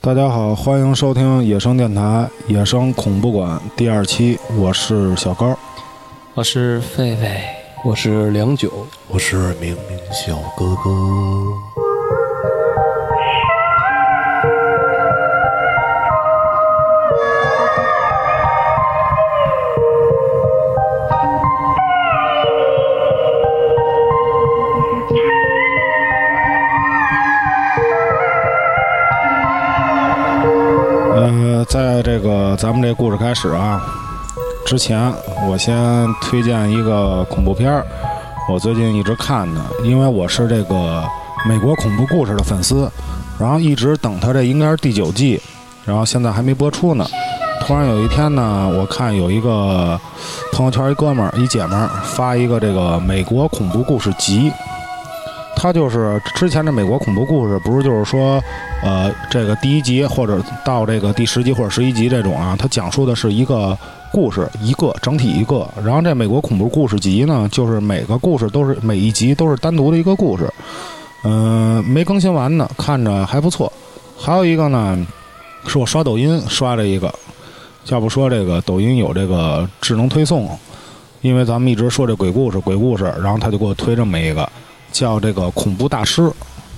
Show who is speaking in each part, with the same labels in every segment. Speaker 1: 大家好，欢迎收听野生电台《野生恐怖馆》第二期，我是小高。
Speaker 2: 我是狒狒，
Speaker 3: 我是良久，
Speaker 4: 我是明明小哥哥。
Speaker 1: 呃，在这个咱们这故事开始啊之前，我先推荐一个恐怖片儿，我最近一直看的，因为我是这个美国恐怖故事的粉丝，然后一直等它这应该是第九季，然后现在还没播出呢。突然有一天呢，我看有一个朋友圈一哥们儿一姐们儿发一个这个美国恐怖故事集，他就是之前的美国恐怖故事，不是就是说，呃，这个第一集或者到这个第十集或者十一集这种啊，它讲述的是一个故事，一个整体一个。然后这美国恐怖故事集呢，就是每个呃故事都是每一集都是单独的一个故事，嗯、没更新完呢，看着还不错。还有一个呢，是我刷抖音刷了一个，要不说这个抖音有这个智能推送，因为咱们一直说这鬼故事鬼故事，然后他就给我推这么一个。叫这个恐怖大师，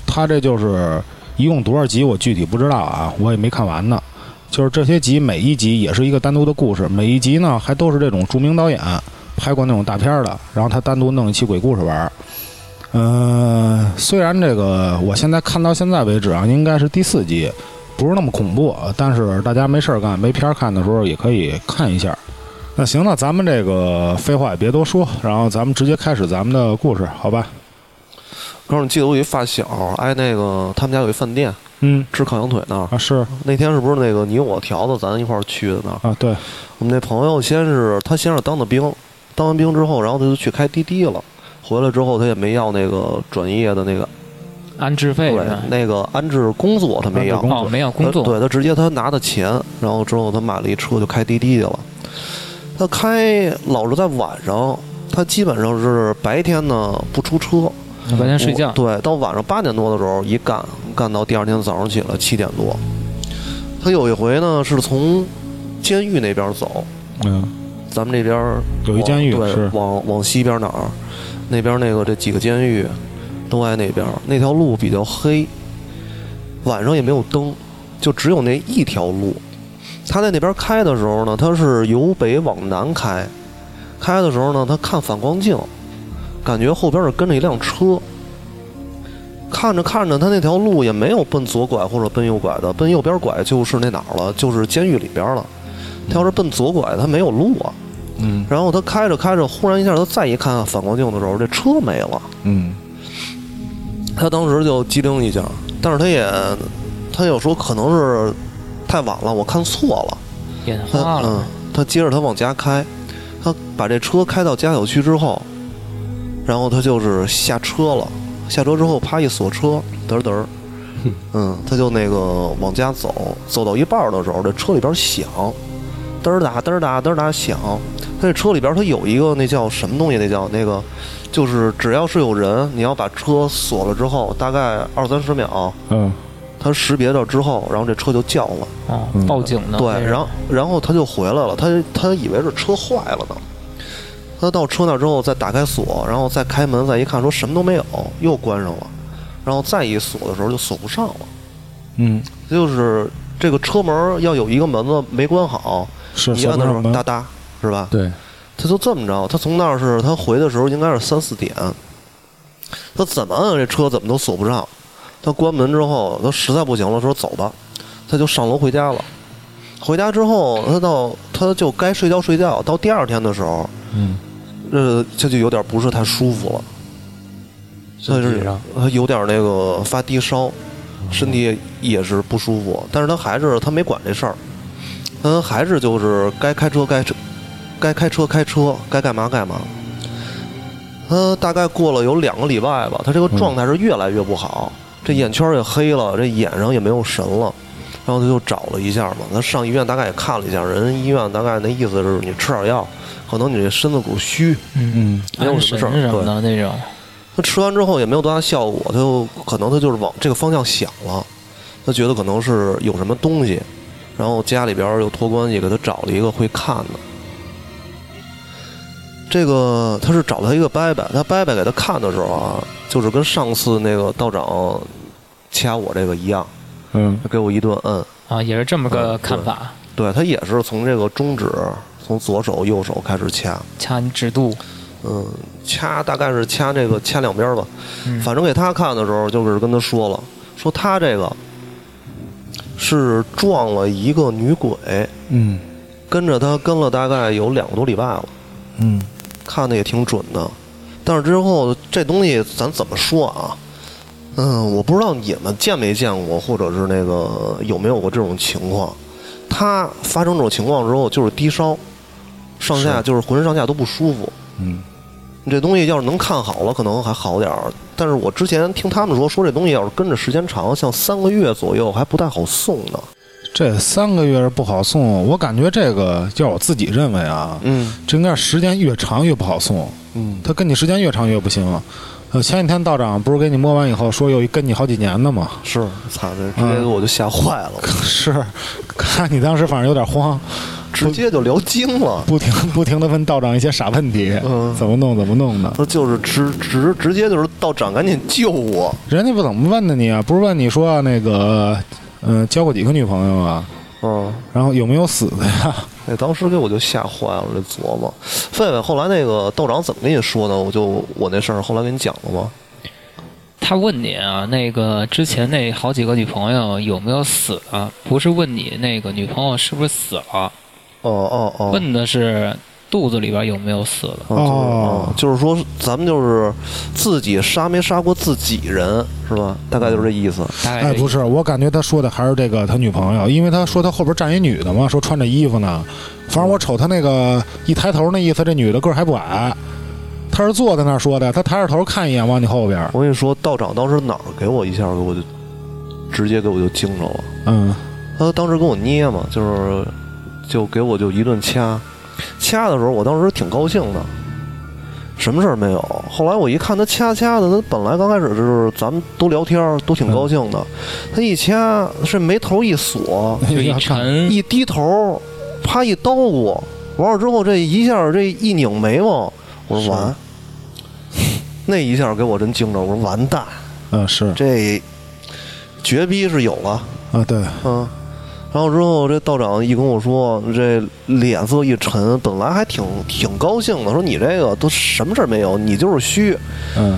Speaker 1: 他这就是一共多少集我具体不知道啊，我也没看完呢。就是这些集每一集也是一个单独的故事，每一集呢还都是这种著名导演拍过那种大片儿的，然后他单独弄一期鬼故事玩儿。嗯、虽然这个我现在看到现在为止啊，应该是第四集，不是那么恐怖，但是大家没事儿干没片儿看的时候也可以看一下。那行，那咱们这个废话也别多说，然后咱们直接开始咱们的故事，好吧？
Speaker 4: 告诉你，记得我有一发小挨那个他们家有一饭店
Speaker 1: 嗯，
Speaker 4: 吃烤羊腿那儿。
Speaker 1: 啊是。
Speaker 4: 那天是不是那个你我条子咱一块儿去的那儿？
Speaker 1: 啊，对，
Speaker 4: 我们那朋友先是他先是当的兵，当完兵之后，然后他就去开滴滴了。回来之后，他也没要那个转业的那个
Speaker 2: 安置费
Speaker 4: 对
Speaker 2: 是吧？
Speaker 4: 那个安置工作，呃他没要
Speaker 1: 安置。工作
Speaker 2: 哦，没有哎工作，
Speaker 4: 他对他直接他拿的钱，然后之后他买了一车就开滴滴去了。他开老是在晚上，他基本上是白天呢不出车，
Speaker 2: 白天睡觉
Speaker 4: 我，对，到晚上八点多的时候一干，干到第二天早上起来七点多。他有一回呢是从监狱那边走，
Speaker 1: 嗯，
Speaker 4: 咱们这边儿
Speaker 1: 有一
Speaker 4: 往
Speaker 1: 监狱
Speaker 4: 对
Speaker 1: 是
Speaker 4: 往往西边哪儿？那边那个这几个监狱都挨那边儿，那条路比较黑，晚上也没有灯，就只有那一条路。他在那边开的时候呢，他是由北往南开，开的时候呢，他看反光镜，感觉后边是跟着一辆车。看着看着，他那条路也没有奔左拐或者奔右拐的，奔右边拐就是那哪儿了，就是监狱里边了。他要是奔左拐，他没有路啊。
Speaker 3: 嗯
Speaker 4: 然后他开着开着，忽然一下他再一看反光镜的时候，这车没了。
Speaker 3: 嗯，
Speaker 4: 他当时就机灵一下，但是他也，他有时候可能是太晚了，我看错了。
Speaker 2: 眼
Speaker 4: 他
Speaker 2: 花
Speaker 4: 嗯
Speaker 2: 了，，
Speaker 4: 他接着他往家开，他把这车开到家小区之后，然后他就是下车了。下车之后，啪一锁车，嘚儿嘚儿，嗯，他就那个往家走，走到一半儿的时候，这车里边响，嘚儿哒嘚儿哒嘚儿哒响。他这车里边他有一个那叫什么东西？那叫那个，就是只要是有人，你要把车锁了之后，大概二三十秒，
Speaker 1: 嗯
Speaker 4: 他识别到之后，然后这车就叫了。
Speaker 2: 哦
Speaker 1: 嗯，
Speaker 2: 报警呢，
Speaker 4: 对，然
Speaker 2: 后
Speaker 4: 后然后他就回来了，他他以为是车坏了呢。他到车那之后再打开锁，然后再开门，再一看说什么都没有，又关上了。然后再一锁的时候就锁不上了，
Speaker 1: 嗯，
Speaker 4: 就是这个车门要有一个门子没关好，
Speaker 1: 是
Speaker 4: 一
Speaker 1: 锁
Speaker 4: 按
Speaker 1: 不
Speaker 4: 的时
Speaker 1: 上
Speaker 4: 候
Speaker 1: 门
Speaker 4: 哒，哒是吧？
Speaker 3: 对，
Speaker 4: 他就这么着，他从那儿是他回的时候应该是三四点，他怎么按这车怎么都锁不上，他关门之后他实在不行了，说走吧，他就上楼回家了。回家之后，他到他就该睡觉睡觉，到第二天的时候，
Speaker 3: 嗯，
Speaker 4: 呃，这就有点不是太舒服了，他
Speaker 3: 身体
Speaker 4: 是
Speaker 3: 上
Speaker 4: 他有点那个发低烧，身体也是不舒服，但是他还是他没管这事儿，他还是就是该开车该车，该开车开车，该干嘛干嘛。他大概过了有两个礼拜吧，他这个
Speaker 3: 嗯
Speaker 4: 状态是越来越不好，这眼圈也黑了，这眼上也没有神了。然后他就找了一下嘛，他上医院大概也看了一下，人医院大概那意思是你吃点药，可能你这身子骨虚，
Speaker 2: 嗯
Speaker 4: 没有
Speaker 2: 安
Speaker 4: 什么
Speaker 2: 神
Speaker 4: 事儿
Speaker 2: 什么的那种，
Speaker 4: 他吃完之后也没有多大效果，他就可能他就是往这个方向想了，他觉得可能是有什么东西，然后家里边儿又托关系给他找了一个会看的。这个他是找他一个伯伯，他伯伯给他看的时候啊，就是跟上次那个道长掐我这个一样，
Speaker 1: 嗯
Speaker 4: 他给我一顿摁。
Speaker 2: 啊，也是这么个
Speaker 4: 嗯
Speaker 2: 看法，
Speaker 4: 对他也是从这个中指，从左手、右手开始掐，
Speaker 2: 掐你指肚，
Speaker 4: 嗯，掐大概是掐这个掐两边吧。
Speaker 2: 嗯
Speaker 4: 反正给他看的时候，就是跟他说了，说他这个是撞了一个女鬼，
Speaker 1: 嗯
Speaker 4: 跟着他跟了大概有两个多礼拜了，
Speaker 1: 嗯
Speaker 4: 看的也挺准的。但是之后这东西咱怎么说啊？嗯，我不知道你们见没见过，或者是那个有没有过这种情况。他发生这种情况之后，就是低烧，上下
Speaker 1: 是
Speaker 4: 就是浑身上下都不舒服。
Speaker 1: 嗯
Speaker 4: 你这东西要是能看好了，可能还好点儿。但是我之前听他们说，说这东西要是跟着时间长，像三个月左右还不太好送呢。
Speaker 1: 这三个月是不好送，我感觉这个要我自己认为啊，
Speaker 4: 嗯
Speaker 1: 这应该是时间越长越不好送，
Speaker 4: 嗯，
Speaker 1: 它跟你时间越长越不行。呃，前几天道长不是给你摸完以后说有一跟你好几年的吗？
Speaker 4: 是，操，这直接给我就吓坏了，
Speaker 1: 是，看你当时反正有点慌，
Speaker 4: 直接就聊精了。
Speaker 1: 不停不停的问道长一些傻问题，
Speaker 4: 嗯
Speaker 1: 怎么弄怎么弄的。
Speaker 4: 他就是直直直接就是道长赶紧救我，
Speaker 1: 人家不怎么问的你啊？不是问你说那个，嗯、交过几个女朋友啊？
Speaker 4: 嗯，
Speaker 1: 然后有没有死的呀？
Speaker 4: 那哎当时给我就吓坏了，这琢磨。狒狒后来那个道长怎么跟你说呢？我就我那事儿后来跟你讲了吗？
Speaker 2: 他问你啊，那个之前那好几个女朋友有没有死啊？不是问你那个女朋友是不是死了，
Speaker 4: 哦哦哦，
Speaker 2: 问的是肚子里边有没有死了。
Speaker 4: 哦就是
Speaker 1: 哦
Speaker 4: 哦就是说咱们就是自己杀没杀过自己人是吧？大概就是这意思。
Speaker 2: 大概
Speaker 1: 哎，
Speaker 2: 这
Speaker 1: 不是，我感觉他说的还是这个他女朋友，因为他说他后边站一女的嘛，说穿着衣服呢。反正我瞅他那个一抬头那意思，这女的个儿还不矮。他是坐在那儿说的，他抬着头看一眼往你后边儿，
Speaker 4: 我跟你说，道长当时哪儿给我一下，给我就直接给我就惊着了。
Speaker 1: 嗯
Speaker 4: 他当时给我捏嘛，就是就给我就一顿掐，掐的时候我当时挺高兴的，什么事儿没有。后来我一看他掐掐的，他本来刚开始就是咱们都聊天儿都挺高兴的，他一掐是没头一锁，
Speaker 2: 就一
Speaker 1: 要看
Speaker 2: 沉，
Speaker 4: 一低头，啪一叨咕，完了之后这一下这一拧眉毛，我
Speaker 1: 是
Speaker 4: 说完， 那一下给我真惊着，我说完蛋，
Speaker 1: 嗯是
Speaker 4: 这绝逼是有了。
Speaker 1: 啊对，
Speaker 4: 嗯，然后之后这道长一跟我说，这脸色一沉，本来还挺挺高兴的，说你这个都什么事儿没有，你就是虚。
Speaker 1: 嗯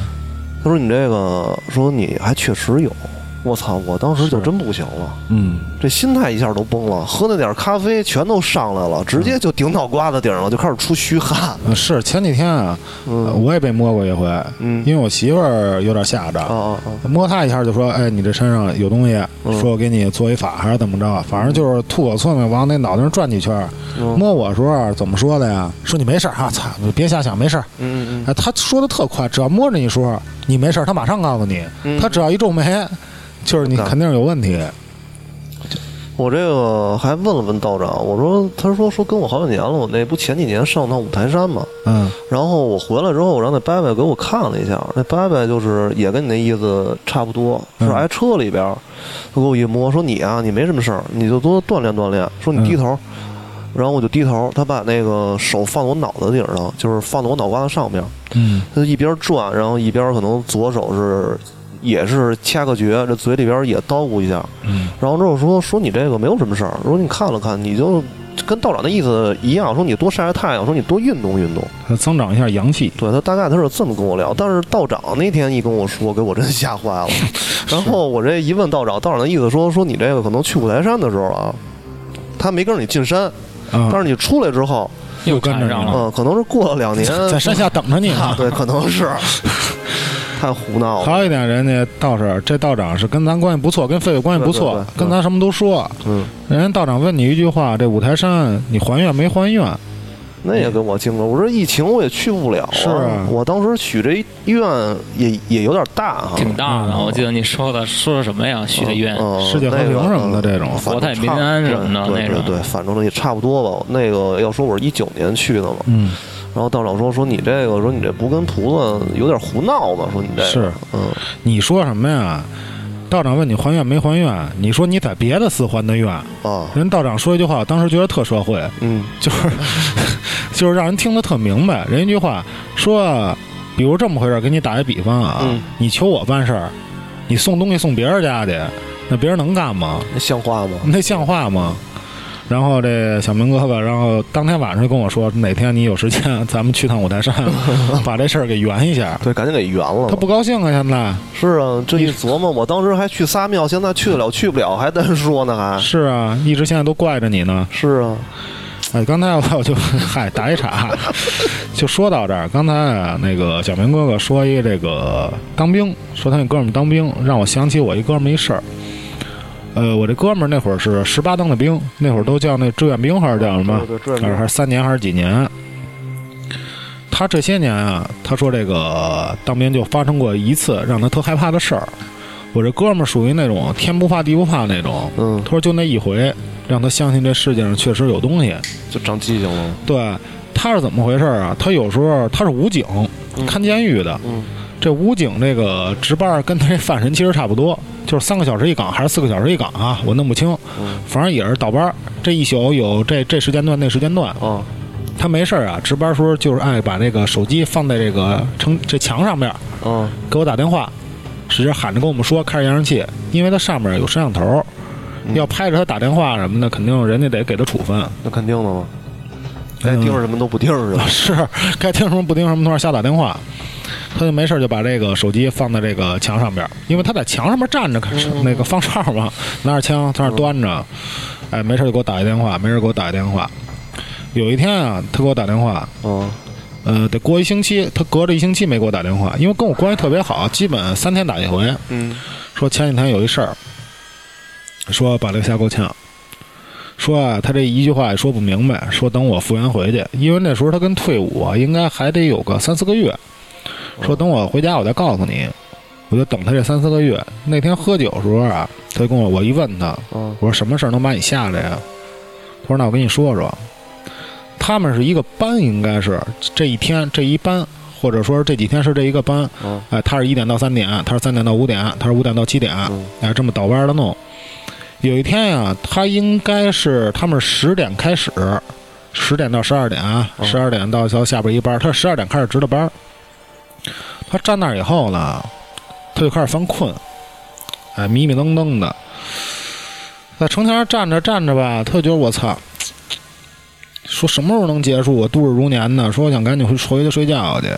Speaker 4: 他说你这个，说你还确实有。我操！我当时就是真不行了，
Speaker 1: 嗯
Speaker 4: 这心态一下都崩了，喝那点咖啡全都上来了，直接就顶脑瓜子顶上了，就开始出虚汗。
Speaker 1: 呃是前几天啊，呃
Speaker 4: 嗯
Speaker 1: 我也被摸过一回，
Speaker 4: 嗯，
Speaker 1: 因为我媳妇儿有点吓着，
Speaker 4: 啊啊啊！
Speaker 1: 摸他一下就说：“哎，你这身上有东西，
Speaker 4: 嗯
Speaker 1: 说我给你做一法还是怎么着？反正就是吐口唾沫往那脑袋上转几圈儿。
Speaker 4: 嗯
Speaker 1: 摸我的时候怎么说的呀？说你没事儿啊，操，你别瞎想，没事儿。
Speaker 4: 嗯
Speaker 1: 哎，他说的特快，只要摸着你说你没事儿，他马上告诉你。
Speaker 4: 嗯，
Speaker 1: 他只要一皱眉，就是你
Speaker 4: 嗯
Speaker 1: 肯定是有问题。
Speaker 4: 我这个还问了问道长，我说他说说跟我好几年了，我那不前几年上趟五台山嘛，
Speaker 1: 嗯
Speaker 4: 然后我回来之后，我让那伯伯给我看了一下，那伯伯就是也跟你那意思差不多，是
Speaker 1: 嗯
Speaker 4: 挨车里边儿，他给我一摸，说你啊，你没什么事儿，你就多锻炼锻炼。说你低头，
Speaker 1: 嗯
Speaker 4: 然后我就低头，他把那个手放我脑袋顶上，就是放到我脑瓜子上面，
Speaker 1: 嗯
Speaker 4: 他一边转，然后一边可能左手是也是掐个诀，这嘴里边也叨咕一下，
Speaker 1: 嗯
Speaker 4: 然后之后说说你这个没有什么事儿，说你看了看，你就跟道长的意思一样，说你多晒晒太阳，说你多运动运动。
Speaker 1: 他增长一下阳气。
Speaker 4: 对他大概他是这么跟我聊，但是道长那天一跟我说，给我真吓坏 了。然后我这一问道长，道长的意思说说你这个可能去五台山的时候啊，他没跟着你进山，
Speaker 1: 啊
Speaker 4: 但，是你出来之后，
Speaker 2: 又
Speaker 1: 跟着
Speaker 2: 缠
Speaker 1: 你
Speaker 2: 上
Speaker 1: 了
Speaker 2: 了。
Speaker 4: 嗯，可能是过了两年，
Speaker 1: 在山下等着 你
Speaker 4: 啊
Speaker 1: 呢。
Speaker 4: 对，可能 是太胡闹了。
Speaker 1: 还有一点，人家道士这道长是跟咱关系不错，跟狒狒关系不错
Speaker 4: 对对，对
Speaker 1: 跟咱什么都说。
Speaker 4: 嗯，
Speaker 1: 人家道长问你一句话：这五台山你还愿没还愿？
Speaker 4: 那也给我惊了。我说疫情我也去不了啊，
Speaker 1: 是啊
Speaker 4: 我当时许这医院也也有点大啊哈、
Speaker 2: 挺大的，
Speaker 1: 嗯
Speaker 2: 我记得你说的说的什么呀？许的愿，
Speaker 4: 嗯
Speaker 1: 世界和平什么的这种
Speaker 2: 国泰民安什么的
Speaker 4: 对
Speaker 2: 那
Speaker 4: 对
Speaker 2: 种
Speaker 4: 对，反正也差不多吧。那个要说我是一九年去的嘛，
Speaker 1: 嗯，
Speaker 4: 然后道长说说你这个，说你这不跟菩萨有点胡闹吧？说你这个
Speaker 1: 是
Speaker 4: 嗯
Speaker 1: 你说什么呀？道长问你还愿没还愿，你说你在别的寺还的愿，
Speaker 4: 啊，
Speaker 1: 人道长说一句话，我当时觉得特社会，
Speaker 4: 嗯
Speaker 1: 就是就是让人听得特明白。人一句话说，比如这么回事儿，给你打一比方啊，
Speaker 4: 嗯
Speaker 1: 你求我办事儿，你送东西送别人家去，那别人能干吗？
Speaker 4: 那像话吗？
Speaker 1: 那像话吗？然后这小明哥哥，然后当天晚上就跟我说，哪天你有时间，咱们去趟五台山，把这事儿给圆一下。
Speaker 4: 对，赶紧给圆了
Speaker 1: 他
Speaker 4: 嘛。
Speaker 1: 不高兴啊，现在
Speaker 4: 是啊，这一琢磨，我当时还去仨庙，现在去得了去不了，还单说呢，还
Speaker 1: 是啊，一直现在都怪着你呢。
Speaker 4: 是啊，
Speaker 1: 哎，刚才我就 嗨打一岔，就说到这儿。刚才啊，那个小明哥哥说一这个当兵，说他那哥们儿当兵，让我想起我一哥们儿一事儿。呃，我这哥们儿那会儿是十八当的兵，那会儿都叫那志愿兵还是叫什么？
Speaker 4: 对对，
Speaker 1: 还是啊还是
Speaker 4: 这
Speaker 1: 三年还是几年？他这些年啊，他说这个当兵就发生过一次让他特害怕的事儿。我这哥们儿属于那种天不怕地不怕那种，
Speaker 4: 嗯
Speaker 1: 他，说就那一回，让他相信这世界上确实有东西。
Speaker 4: 就长记性了。
Speaker 1: 对，他是怎么回事儿啊？他有时候他是武警，
Speaker 4: 嗯
Speaker 1: 看监狱的。
Speaker 4: 嗯
Speaker 1: 这武警这个值班儿跟他这犯人其实差不多，就是三个小时一岗还是四个小时一岗啊？我弄不清，
Speaker 4: 嗯
Speaker 1: 反正也是倒班儿。这一宿有这这时间段那时间段，
Speaker 4: 啊
Speaker 1: 他没事儿啊，值班时候就是爱把这个手机放在这个城这墙上面儿，
Speaker 4: 啊
Speaker 1: 给我打电话，使劲喊着跟我们说开着扬声器，因为他上面有摄像头儿，
Speaker 4: 嗯
Speaker 1: 要拍着他打电话什么的，肯定人家得给他处分。
Speaker 4: 那肯定的嘛，该
Speaker 1: 嗯
Speaker 4: 盯着什么都不盯着
Speaker 1: 啊， 是该听什么不听什么，突然瞎打电话，他就没事儿就把这个手机放在这个墙上边儿，因为他在墙上面站着，可是
Speaker 4: 嗯
Speaker 1: 那个放哨嘛，拿着枪在那儿端着，哎，没事儿就给我打一电话，没事儿给我打一电话。有一天啊，他给我打电话，
Speaker 4: 啊
Speaker 1: 呃，得过一星期，他隔着一星期没给我打电话，因为跟我关系特别好，基本三天打一回。
Speaker 4: 嗯
Speaker 1: 说前几天有一事儿，说把这吓够呛，说啊，他这一句话也说不明白，说等我复员回去，因为那时候他跟退伍啊，应该还得有个三四个月，说等我回家我再告诉你，我就等他这三四个月。那天喝酒的时候啊，他就跟我我一问他，
Speaker 4: 啊
Speaker 1: 我说什么事儿能把你吓着呀？他说那我跟你说说，他们是一个班，应该是这一天这一班，或者说这几天是这一个班，
Speaker 4: 啊
Speaker 1: 哎，他是一点到三点，他是三点到五点，他是五点到七点，
Speaker 4: 嗯
Speaker 1: 哎，这么倒班的弄。有一天呀、他应该是他们十点开始，十点到十二点，啊十二点到到下边一班，他十二点开始值的班。他站那儿以后呢，他就开始犯困，哎，迷迷瞪瞪的，在城墙上站着站着吧，他就觉得我操，说什么时候能结束？我啊度日如年呢，说我想赶紧回回去睡觉去。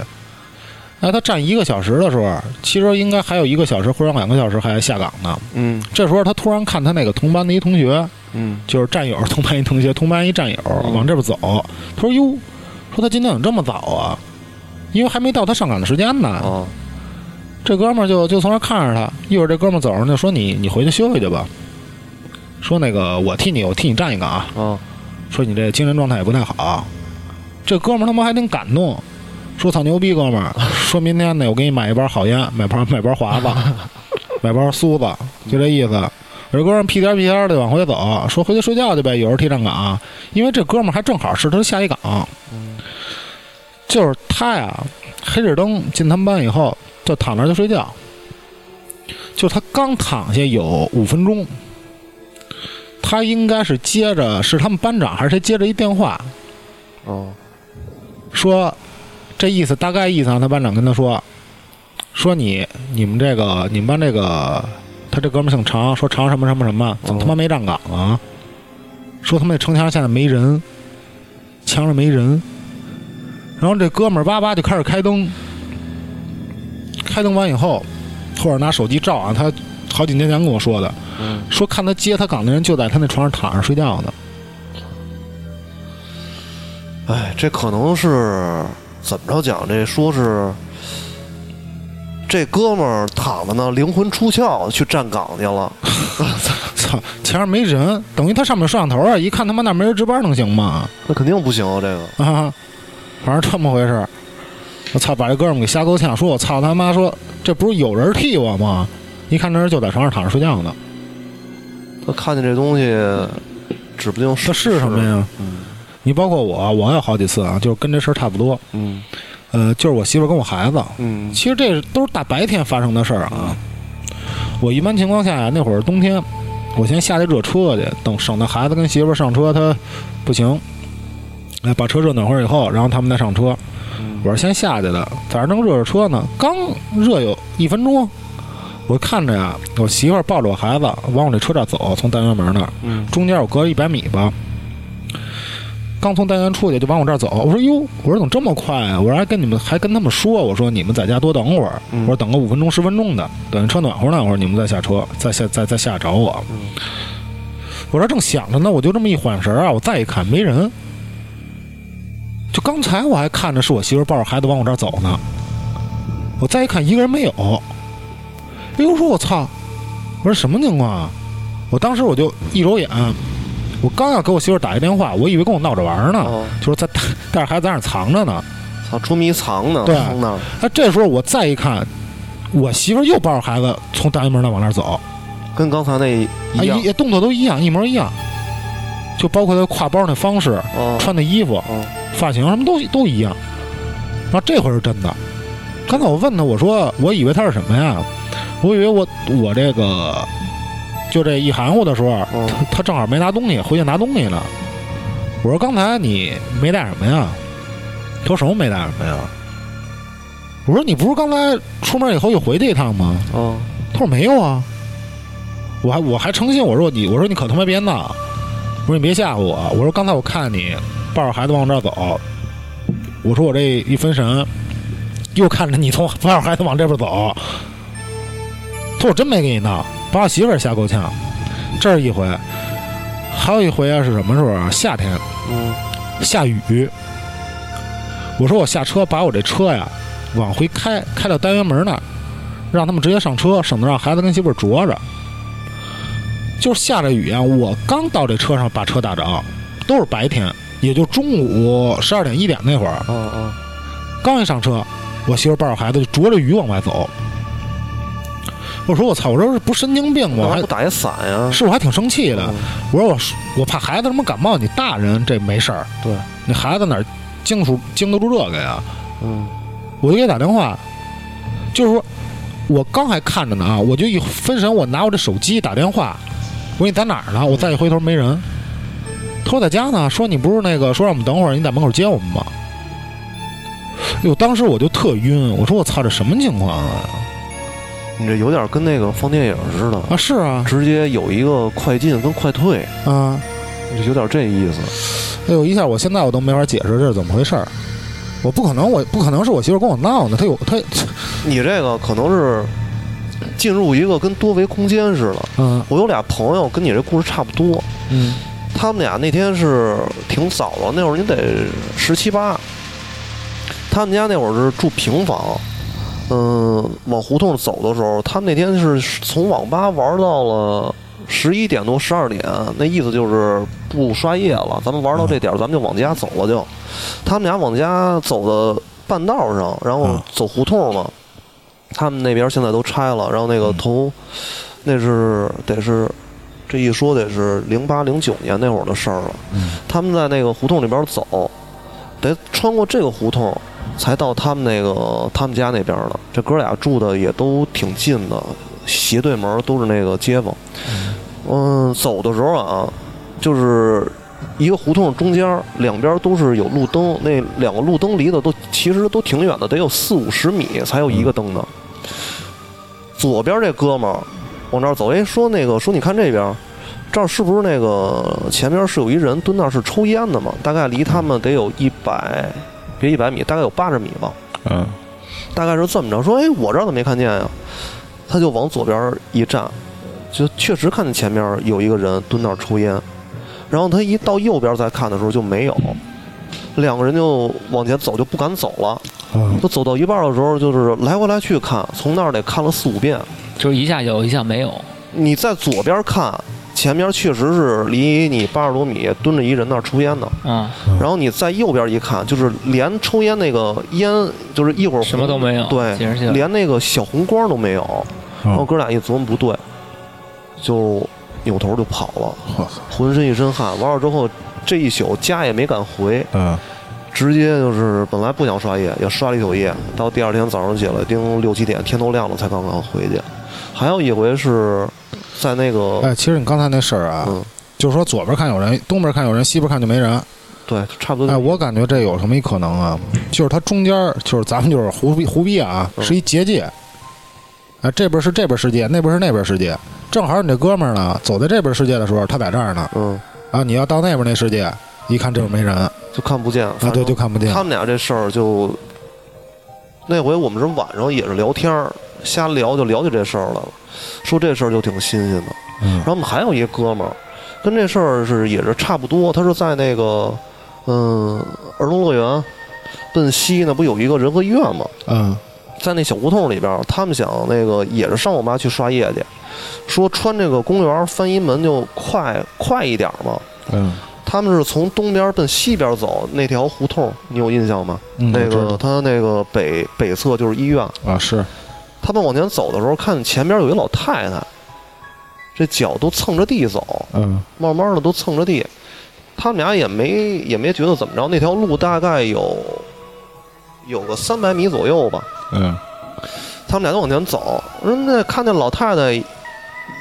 Speaker 1: 那他站一个小时的时候，其实应该还有一个小时或者两个小时还下岗呢。
Speaker 4: 嗯
Speaker 1: 这时候他突然看他那个同班的一同学，
Speaker 4: 嗯
Speaker 1: 就是战友，同班一同学，同班一战友
Speaker 4: 嗯
Speaker 1: 往这边走。他说：“哟，说他今天怎么这么早啊？因为还没到他上岗的时间呢。
Speaker 4: 啊”
Speaker 1: 这哥们儿就就从那儿看着他，一会儿这哥们儿走上去说：“你你回去休息去吧。”说那个我替你我替你站一个啊，
Speaker 4: 啊
Speaker 1: 说你这精神状态也不太好。这哥们儿他妈还挺感动，说操牛逼哥们儿，说明天呢我给你买一包好烟，买包买包华子，买包苏子，就这意思。我这哥们儿屁颠儿屁颠儿的往回走，说回去睡觉去呗，有人替站岗，因为这哥们儿还正好是他下一岗，就是他呀，黑着灯进他们班以后就躺那儿就睡觉，就他刚躺下有五分钟，他应该是接着是他们班长还是谁接着一电话，
Speaker 4: 啊
Speaker 1: 说这意思大概意思啊，他班长跟他说，说你你们这个你们班这个他这哥们儿姓常，说常什么什么什么，怎么他妈没站岗啊？说他们那城墙上现在没人，墙上没人。然后这哥们儿叭叭就开始开灯，开灯完以后，或者拿手机照啊，他好几年前跟我说的，
Speaker 4: 嗯
Speaker 1: 说看他接他岗的人就在他那床上躺着睡觉呢。
Speaker 4: 哎，这可能是怎么着讲？这说是这哥们儿躺着呢，灵魂出窍去站岗去了。
Speaker 1: 操，墙上没人，等于他上面有摄像头啊，一看他妈那没人值班能行吗？
Speaker 4: 那肯定不行啊，这个
Speaker 1: 啊，反正这么回事儿。我操，把这哥们儿给吓够呛，说我操他妈，说这不是有人替我吗？一看这人就在床上躺着睡觉呢，
Speaker 4: 他看见这东西，指不定是
Speaker 1: 这是什么？呀？
Speaker 4: 嗯
Speaker 1: 你包括我，我有好几次啊，就是跟这事儿差不多。
Speaker 4: 嗯
Speaker 1: 呃，就是我媳妇儿跟我孩子，
Speaker 4: 嗯
Speaker 1: 其实这都是大白天发生的事儿啊。我一般情况下呀，那会儿冬天，我先下去热车去，等省得孩子跟媳妇儿上车，他不行。哎，把车热暖和以后，然后他们再上车。
Speaker 4: 嗯
Speaker 1: 我是先下去的，反正正热着车呢，刚热有一分钟，我看着呀，我媳妇儿抱着我孩子往我这车站走，从单元门那儿，
Speaker 4: 嗯
Speaker 1: 中间我隔一百米吧。刚从单元出去就往我这儿走，我说哟，我说怎么这么快啊？我说还跟你们还跟他们说，我说你们在家多等会儿，
Speaker 4: 嗯
Speaker 1: 我说等个五分钟十分钟的，等车暖和暖和，你们再下车，再下再再下找我。
Speaker 4: 嗯
Speaker 1: 我这正想着呢，我就这么一晃神儿啊，我再一看没人。就刚才我还看着是我媳妇抱着孩子往我这儿走呢，我再一看一个人没有。哎呦，我说我操！我说什么情况啊？我当时我就一揉眼，我刚要给我媳妇打一电话，我以为跟我闹着玩儿呢，
Speaker 4: 哦，
Speaker 1: 就是在带带着孩子在那儿藏着呢。
Speaker 4: 操，捉迷藏呢，
Speaker 1: 对
Speaker 4: 藏那儿，
Speaker 1: 哎，这时候我再一看，我媳妇又抱着孩子从大门那儿往那儿走，
Speaker 4: 跟刚才那一
Speaker 1: 啊
Speaker 4: 样，
Speaker 1: 一动作都一样，一模一样，就包括她挎包那方式，
Speaker 4: 哦，
Speaker 1: 哎穿的衣服
Speaker 4: 嗯、
Speaker 1: 发型什么都都一样。然后这回是真的。刚才我问他，我说我以为他是什么呀？我以为我我这个就这一含糊的时候，
Speaker 4: 嗯，
Speaker 1: 他正好没拿东西，回去拿东西呢。我说刚才你没带什么呀？他说什么没带什么呀？我说你不是刚才出门以后又回去一趟吗？
Speaker 4: 哦，
Speaker 1: 他说没有啊，我还我还诚信，我说你我说你可他妈别闹，我说你别吓唬我，我说刚才我看你抱着孩子往这儿走，我说我这一分神，又看着你从抱着孩子往这边走，他说我真没给你闹，把我媳妇儿吓够呛，这是一回，还有一回啊是什么时候啊？夏天
Speaker 4: 嗯，
Speaker 1: 下雨，我说我下车把我这车呀往回开，开到单元门那儿，让他们直接上车，省得让孩子跟媳妇儿啄着。就是下着雨啊，我刚到这车上把车打着，都是白天，也就中午十二点一点那会儿，
Speaker 4: 哦哦，
Speaker 1: 刚一上车，我媳妇儿抱着孩子就着着雨往外走。我说我操，我说不神经病吗？
Speaker 4: 干
Speaker 1: 我
Speaker 4: 嘛
Speaker 1: 还
Speaker 4: 不打一伞呀？
Speaker 1: 是我还挺生气的。
Speaker 4: 嗯
Speaker 1: 我说我是我怕孩子他妈感冒，你大人这没事儿，
Speaker 4: 对，
Speaker 1: 你孩子哪儿经住经得住这个呀？
Speaker 4: 嗯，
Speaker 1: 我就给他打电话，就是说我刚还看着呢啊，我就一分神，我拿我这手机打电话，我说你在哪儿呢？我再一回头没人，他说在家呢，说你不是那个说让我们等会儿你在门口接我们吗？哟，当时我就特晕，我说我操，这什么情况啊？
Speaker 4: 你这有点跟那个放电影似的，
Speaker 1: 啊，是啊，
Speaker 4: 直接有一个快进跟快退，
Speaker 1: 啊，
Speaker 4: 你有点这意思。
Speaker 1: 哎呦，一下我现在我都没法解释这是怎么回事儿。我不可能，我不可能是我媳妇跟我闹呢，她有她，
Speaker 4: 你这个可能是进入一个跟多维空间似的。
Speaker 1: 嗯
Speaker 4: 我有俩朋友跟你这故事差不多，
Speaker 1: 嗯
Speaker 4: 他们俩那天是挺早了，那会儿你得十七八。他们家那会儿是住平房，嗯，往胡同走的时候，他们那天是从网吧玩到了十一点多、十二点，那意思就是不刷夜了，咱们玩到这点儿，咱们就往家走了就。他们俩往家走的半道上，然后
Speaker 1: 嗯
Speaker 4: 走胡同嘛，他们那边现在都拆了，然后那个从那是得是这一说得是零八零九年那会儿的事儿了。
Speaker 1: 嗯
Speaker 4: 他们在那个胡同里边走，得穿过这个胡同，才到他们那个他们家那边了。这哥俩住的也都挺近的，斜对门都是那个街坊。嗯，走的时候啊，就是一个胡同中间儿两边都是有路灯，那两个路灯离的都其实都挺远的，得有四五十米才有一个灯呢。左边这哥们儿往这儿走，哎，说那个说你看这边儿，这儿是不是那个前面是有一人蹲那儿是抽烟的嘛？大概离他们得有一百，别一百米，大概有八十米吧。
Speaker 1: 嗯
Speaker 4: 大概是这么着，说哎，我这儿怎么没看见呀？他就往左边一站，就确实看见前面有一个人蹲那儿抽烟，然后他一到右边再看的时候就没有，两个人就往前走，就不敢走了。
Speaker 1: 嗯
Speaker 4: 就走到一半的时候，就是来回来去看，从那儿得看了四五遍。
Speaker 2: 就是一下有，一下没有。
Speaker 4: 你在左边看，前面确实是离你八十多米蹲着一人那儿抽烟呢。
Speaker 2: 啊，
Speaker 1: 嗯
Speaker 4: 然后你在右边一看，就是连抽烟那个烟，就是一会儿
Speaker 2: 什么都没有
Speaker 4: 对
Speaker 2: 简直是，
Speaker 4: 连那个小红光都没有。然后
Speaker 1: 嗯，
Speaker 4: 哥俩一琢磨不对，就扭头就跑了，
Speaker 1: 我操，
Speaker 4: 浑身一身汗。完了之后，这一宿家也没敢回，
Speaker 1: 嗯
Speaker 4: 直接就是本来不想刷夜，也刷了一宿夜，到第二天早上起来，盯六七点，天都亮了才刚刚回去。还有一回是在那个，
Speaker 1: 哎，其实你刚才那事儿啊，
Speaker 4: 嗯，
Speaker 1: 就是说左边看有人，东边看有人，西边看就没人。
Speaker 4: 对，差不多。
Speaker 1: 哎，我感觉这有什么一可能啊？就是它中间儿就是咱们就是湖边湖边啊，
Speaker 4: 嗯
Speaker 1: 是一结界。哎，这边是这边世界，那边是那边世界。正好你这哥们儿呢，走在这边世界的时候，他在这儿呢。
Speaker 4: 嗯，
Speaker 1: 啊，你要到那边那世界，一看这边没人啊，
Speaker 4: 就看不见。反
Speaker 1: 对，
Speaker 4: 正
Speaker 1: 就看不见
Speaker 4: 他。们俩这事儿就，那回我们是晚上也是聊天儿，瞎聊就聊起这事儿来了，说这事儿就挺新鲜的。
Speaker 1: 嗯
Speaker 4: 然后我们还有一哥们儿，跟这事儿是也是差不多，他是在那个嗯儿童乐园奔西那不有一个仁和医院吗？
Speaker 1: 嗯
Speaker 4: 在那小胡同里边儿，他们想那个也是上我妈去刷夜去，说穿这个公园儿翻一门就快快一点儿嘛。
Speaker 1: 嗯
Speaker 4: 他们是从东边儿奔西边儿走，那条胡同你有印象吗？
Speaker 1: 嗯，我
Speaker 4: 那
Speaker 1: 知道
Speaker 4: 个他那个北北侧就是医院，
Speaker 1: 啊是，
Speaker 4: 他们往前走的时候，看前边有一老太太，这脚都蹭着地走，
Speaker 1: 嗯
Speaker 4: 慢慢的都蹭着地。他们俩也没也没觉得怎么着，那条路大概有有个三百米左右吧。
Speaker 1: 嗯
Speaker 4: 他们俩就往前走，人家看见老太太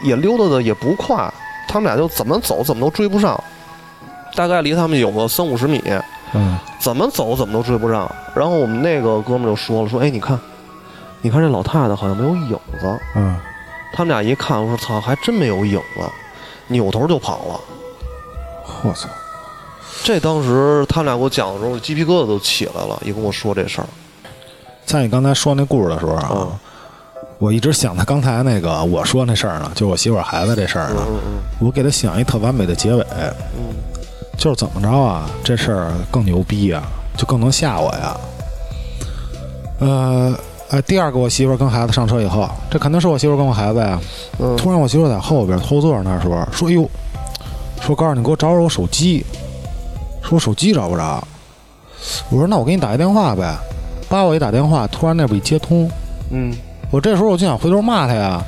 Speaker 4: 也溜达的也不快，他们俩就怎么走怎么都追不上，大概离他们有个三五十米。
Speaker 1: 嗯
Speaker 4: 怎么走怎么都追不上。然后我们那个哥们儿就说了，说哎，你看，你看这老太太好像没有影子。
Speaker 1: 嗯
Speaker 4: 他们俩一看，我说操，还真没有影子，扭头就跑了。
Speaker 1: 我操，
Speaker 4: 这当时他们俩给我讲的时候，鸡皮疙瘩都起来了，也跟我说这事儿。
Speaker 1: 在你刚才说那故事的时候啊，
Speaker 4: 嗯
Speaker 1: 我一直想到刚才那个我说那事儿呢，就是我媳妇儿孩子这事儿呢，
Speaker 4: 嗯嗯
Speaker 1: 我给她想一特完美的结尾，
Speaker 4: 嗯
Speaker 1: 就是怎么着啊，这事儿更牛逼啊，就更能吓我呀。呃，哎，第二个我媳妇儿跟孩子上车以后，这肯定是我媳妇儿跟我孩子呀。
Speaker 4: 嗯
Speaker 1: 突然我媳妇儿在后边后座那儿说说哟，说告诉你给我找找我手机，说我手机找不着。我说那我给你打一电话呗，叭我一打电话，突然那边一接通，
Speaker 4: 嗯
Speaker 1: 我这时候我就想回头骂他呀，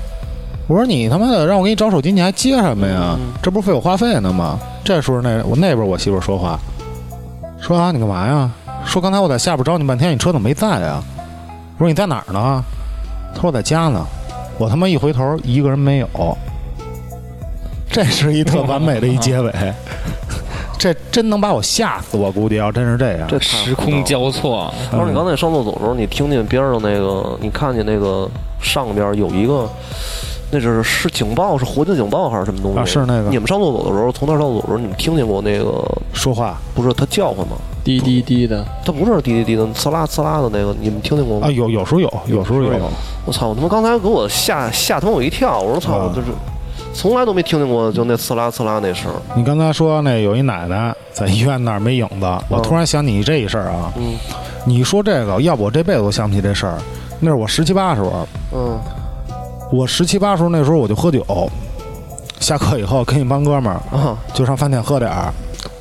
Speaker 1: 我说你他妈的让我给你找手机，你还接什么呀？这不是费我话费呢吗？这时候那我那边我媳妇说话，说啊你干嘛呀？说刚才我在下边找你半天，你车怎么没在呀？我说你在哪儿呢？他说我在家呢。我他妈一回头，一个人没有。这是一特完美的一结尾，这真能把我吓死我！估计要真是这样，
Speaker 4: 这太
Speaker 2: 时
Speaker 4: 胡闹
Speaker 2: 空
Speaker 4: 了。
Speaker 2: 交错，
Speaker 4: 他说你刚才上厕所的时候，你听见边上那个，你看见那个上边有一个，那是是警报，是火警警报还是什么东西？
Speaker 1: 啊是那个
Speaker 4: 你们上厕所的时候，从那儿上厕所的时候，你们听见过那个
Speaker 1: 说话
Speaker 4: 不是他叫唤吗？
Speaker 3: 滴滴滴的，
Speaker 4: 他不是滴滴滴的呲啦呲啦的那个，你们听见过吗
Speaker 1: 啊，？有有时候有，有时候有，
Speaker 4: 我操！我他妈刚才给我吓吓他妈我一跳！我说操！
Speaker 1: 啊
Speaker 4: 我就是从来都没听见过就那呲啦呲啦那声儿。
Speaker 1: 你刚才说那有一奶奶在医院那儿没影子，我突然想起这一事儿啊。
Speaker 4: 嗯
Speaker 1: 你一说这个，要不我这辈子都想不起这事儿。那是我十七八时候，
Speaker 4: 嗯
Speaker 1: 我十七八时候那时候我就喝酒，下课以后跟一帮哥们儿
Speaker 4: 啊
Speaker 1: 就上饭店喝点儿。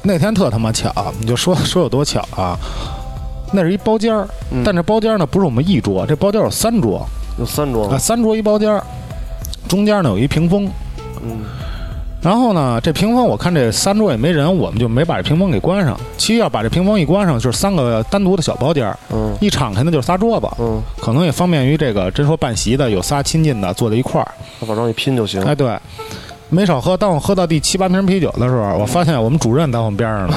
Speaker 1: 那天特他妈巧，你就说 说有多巧啊？那是一包间儿，
Speaker 4: 嗯
Speaker 1: 但这包间儿呢不是我们一桌，这包间儿有三桌
Speaker 4: 有三桌
Speaker 1: 啊，。三桌一包间儿，中间呢有一屏风，
Speaker 4: 嗯
Speaker 1: 然后呢，这屏风我看这三桌也没人，我们就没把这屏风给关上。其实要把这屏风一关上，就是三个单独的小包间儿，
Speaker 4: 嗯
Speaker 1: 一敞开呢就是仨桌子，
Speaker 4: 嗯，
Speaker 1: 可能也方便于这个真说办席的有仨亲近的坐在一块儿。
Speaker 4: 往上一拼就行。
Speaker 1: 哎，对，没少喝。当我喝到第七八瓶啤酒的时候，我发现我们主任在我们边上呢，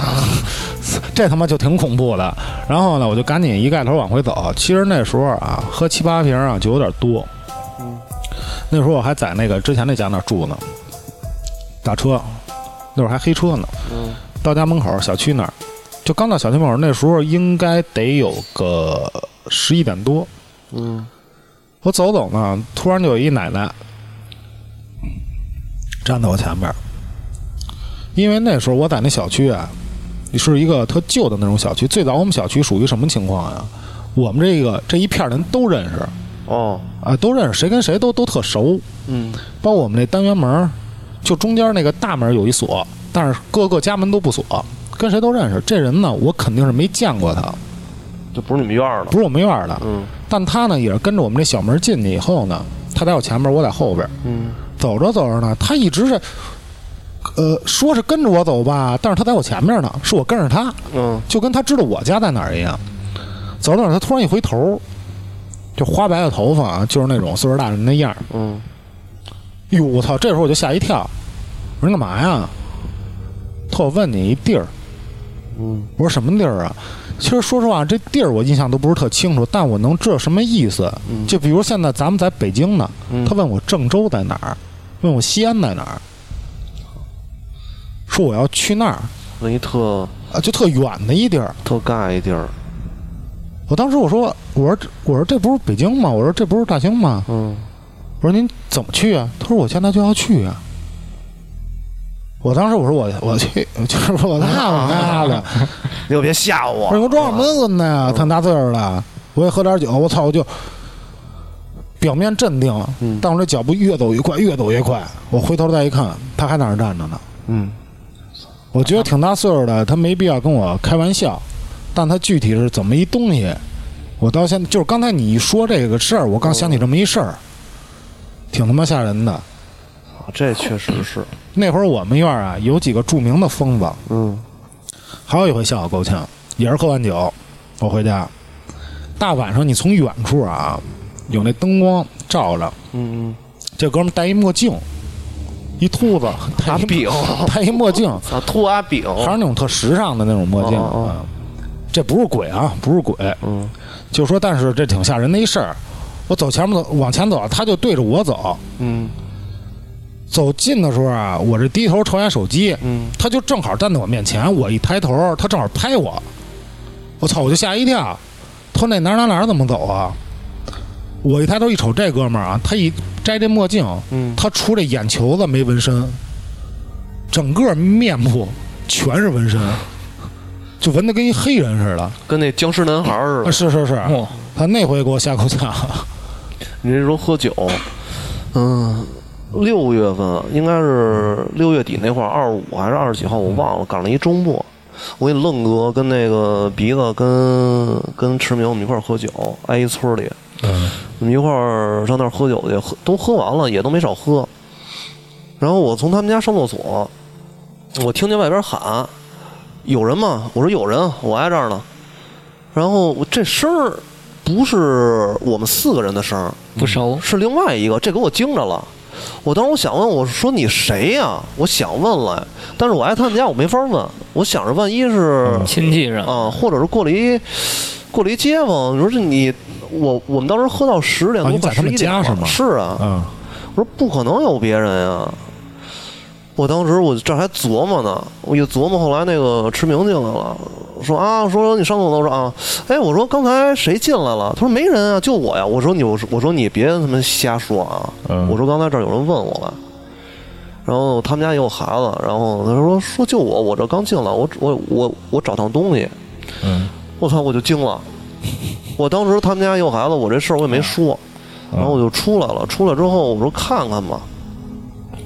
Speaker 1: 这他妈就挺恐怖的。然后呢，我就赶紧一盖头往回走。其实那时候啊，喝七八瓶啊就有点多。
Speaker 4: 嗯
Speaker 1: 那时候我还在那个之前那家那儿住呢，打车，那会儿还黑车呢。
Speaker 4: 嗯
Speaker 1: 到家门口小区那儿，就刚到小区门口，那时候应该得有个十一点多。
Speaker 4: 嗯
Speaker 1: 我走走呢，突然就有一奶奶站在我前面儿，因为那时候我在那小区啊，是一个特旧的那种小区。最早我们小区属于什么情况呀？我们这个这一片儿人都认识
Speaker 4: 哦
Speaker 1: 啊，都认识，谁跟谁都都特熟。
Speaker 4: 嗯
Speaker 1: 包括我们那单元门儿，就中间那个大门儿有一锁，但是各个家门都不锁，跟谁都认识。这人呢，我肯定是没见过他，
Speaker 4: 这不是你们院儿的
Speaker 1: 不。是我们院儿的，
Speaker 4: 嗯
Speaker 1: 但他呢也是跟着我们这小门进去以后呢，他在我前面，我在后边，
Speaker 4: 嗯
Speaker 1: 走着走着呢，他一直是，呃，说是跟着我走吧，但是他在我前面呢，是我跟着他，
Speaker 4: 嗯
Speaker 1: 就跟他知道我家在哪儿一样。走着走着，他突然一回头，就花白的头发啊，就是那种岁数大人的样儿，
Speaker 4: 嗯
Speaker 1: 哟，我操！这时候我就吓一跳，我说干嘛呀？他我问你一地儿，
Speaker 4: 嗯
Speaker 1: 我说什么地儿啊？其实说实话，这地儿我印象都不是特清楚，但我能知道什么意思。
Speaker 4: 嗯
Speaker 1: 就比如现在咱们在北京呢，
Speaker 4: 嗯
Speaker 1: 他问我郑州在哪儿，问我西安在哪儿，说我要去那儿
Speaker 4: 问一特
Speaker 1: 啊，就特远的一地儿。
Speaker 4: 特尬一地儿，
Speaker 1: 我当时我说我说这我说这不是北京吗？我说这不是大兴吗？
Speaker 4: 嗯
Speaker 1: 我说您怎么去啊？他说我现在就要去啊。我当时我说我我去，就是我那嗯我妈的，
Speaker 4: 你可别吓我
Speaker 1: 我说你给我装什么孙子呀？他大岁数了，我也喝点酒，我操，我就表面镇定，
Speaker 4: 嗯
Speaker 1: 但我这脚步越走越快，越走越快。我回头再一看，他还在那儿站着呢。
Speaker 4: 嗯，
Speaker 1: 我觉得挺大岁数的，他没必要跟我开玩笑，但他具体是怎么一东西，我到现在就是刚才你一说这个事儿，我刚想起这么一事儿，挺他妈吓人的。
Speaker 4: 啊这确实是，
Speaker 1: 那会儿我们院儿啊有几个著名的疯子，
Speaker 4: 嗯
Speaker 1: 还有一回吓我够呛，也是喝完酒，我回家，大晚上你从远处啊有那灯光照着，
Speaker 4: 嗯
Speaker 1: 这哎哥们戴一墨镜，一秃子，
Speaker 4: 嗯，
Speaker 1: 戴
Speaker 4: 阿
Speaker 1: 一
Speaker 4: 饼，
Speaker 1: 戴一墨镜，
Speaker 4: 操，秃阿饼，
Speaker 1: 还是那种特时尚的那种墨镜
Speaker 4: 哦哦哦哦
Speaker 1: 啊。这不是鬼啊，不是鬼，
Speaker 4: 嗯
Speaker 1: 就说但是这挺吓人的一事儿。我走前面走，往前走，他就对着我走。
Speaker 4: 嗯
Speaker 1: 走近的时候啊，我这低头瞅眼手机，
Speaker 4: 嗯，
Speaker 1: 他就正好站在我面前，我一抬头，他正好拍我，我操，我就吓一跳。他说那哪儿哪儿哪儿怎么走啊？我一抬头一瞅，这哥们儿啊，他一摘这墨镜，
Speaker 4: 嗯
Speaker 1: 他除这眼球子没纹身，整个面部全是纹身，就纹的跟一黑人似的。
Speaker 4: 跟那僵尸男孩儿似
Speaker 1: 啊，
Speaker 4: 的。
Speaker 1: 是是是，
Speaker 2: 哦，
Speaker 1: 他那回给我吓够呛。
Speaker 4: 你这说喝酒，嗯，六月份应该是六月底那会儿，二十五还是二十几号，我忘了，赶了一周末。我给愣哥跟那个鼻子跟跟驰明，我们一块儿喝酒，挨一村儿里，
Speaker 1: 嗯
Speaker 4: 我们一块儿上那儿喝酒去，喝都喝完了，也都没少喝。然后我从他们家上厕所，我听见外边喊：“有人吗？”我说：“有人，我挨这儿呢。”然后我这声儿不是我们四个人的声儿，
Speaker 2: 不熟，
Speaker 4: 是另外一个，这给我惊着了。我当时我想问，我说你谁呀、我想问来，但是我挨他们家，我没法问。我想着万一是
Speaker 1: 嗯
Speaker 2: 亲戚人，
Speaker 4: 啊，或者是过了一过了一街坊，你说是你我我们当时喝到十点
Speaker 1: 啊
Speaker 4: 多，
Speaker 1: 你在
Speaker 4: 快
Speaker 1: 他
Speaker 4: 十
Speaker 1: 们
Speaker 4: 一点
Speaker 1: 家
Speaker 4: 了
Speaker 1: 是吗
Speaker 4: 是啊，
Speaker 1: 啊，
Speaker 4: 我说不可能有别人呀、我当时我这还琢磨呢，我一琢磨，后来那个池明进来了，说啊，说你上厕所，我说啊，哎，我说刚才谁进来了？他说没人啊，就我呀。我说你，我说我说你别他妈瞎说啊，
Speaker 1: 嗯
Speaker 4: 我说刚才这儿有人问我了。然后他们家也有孩子，然后他说说就我，我这刚进来，我我我我找趟东西，
Speaker 1: 嗯，
Speaker 4: 我操，我就惊了。我当时他们家有孩子，我这事儿我也
Speaker 1: 嗯
Speaker 4: 没说，然后我就出来了。出来之后，我说看看吧，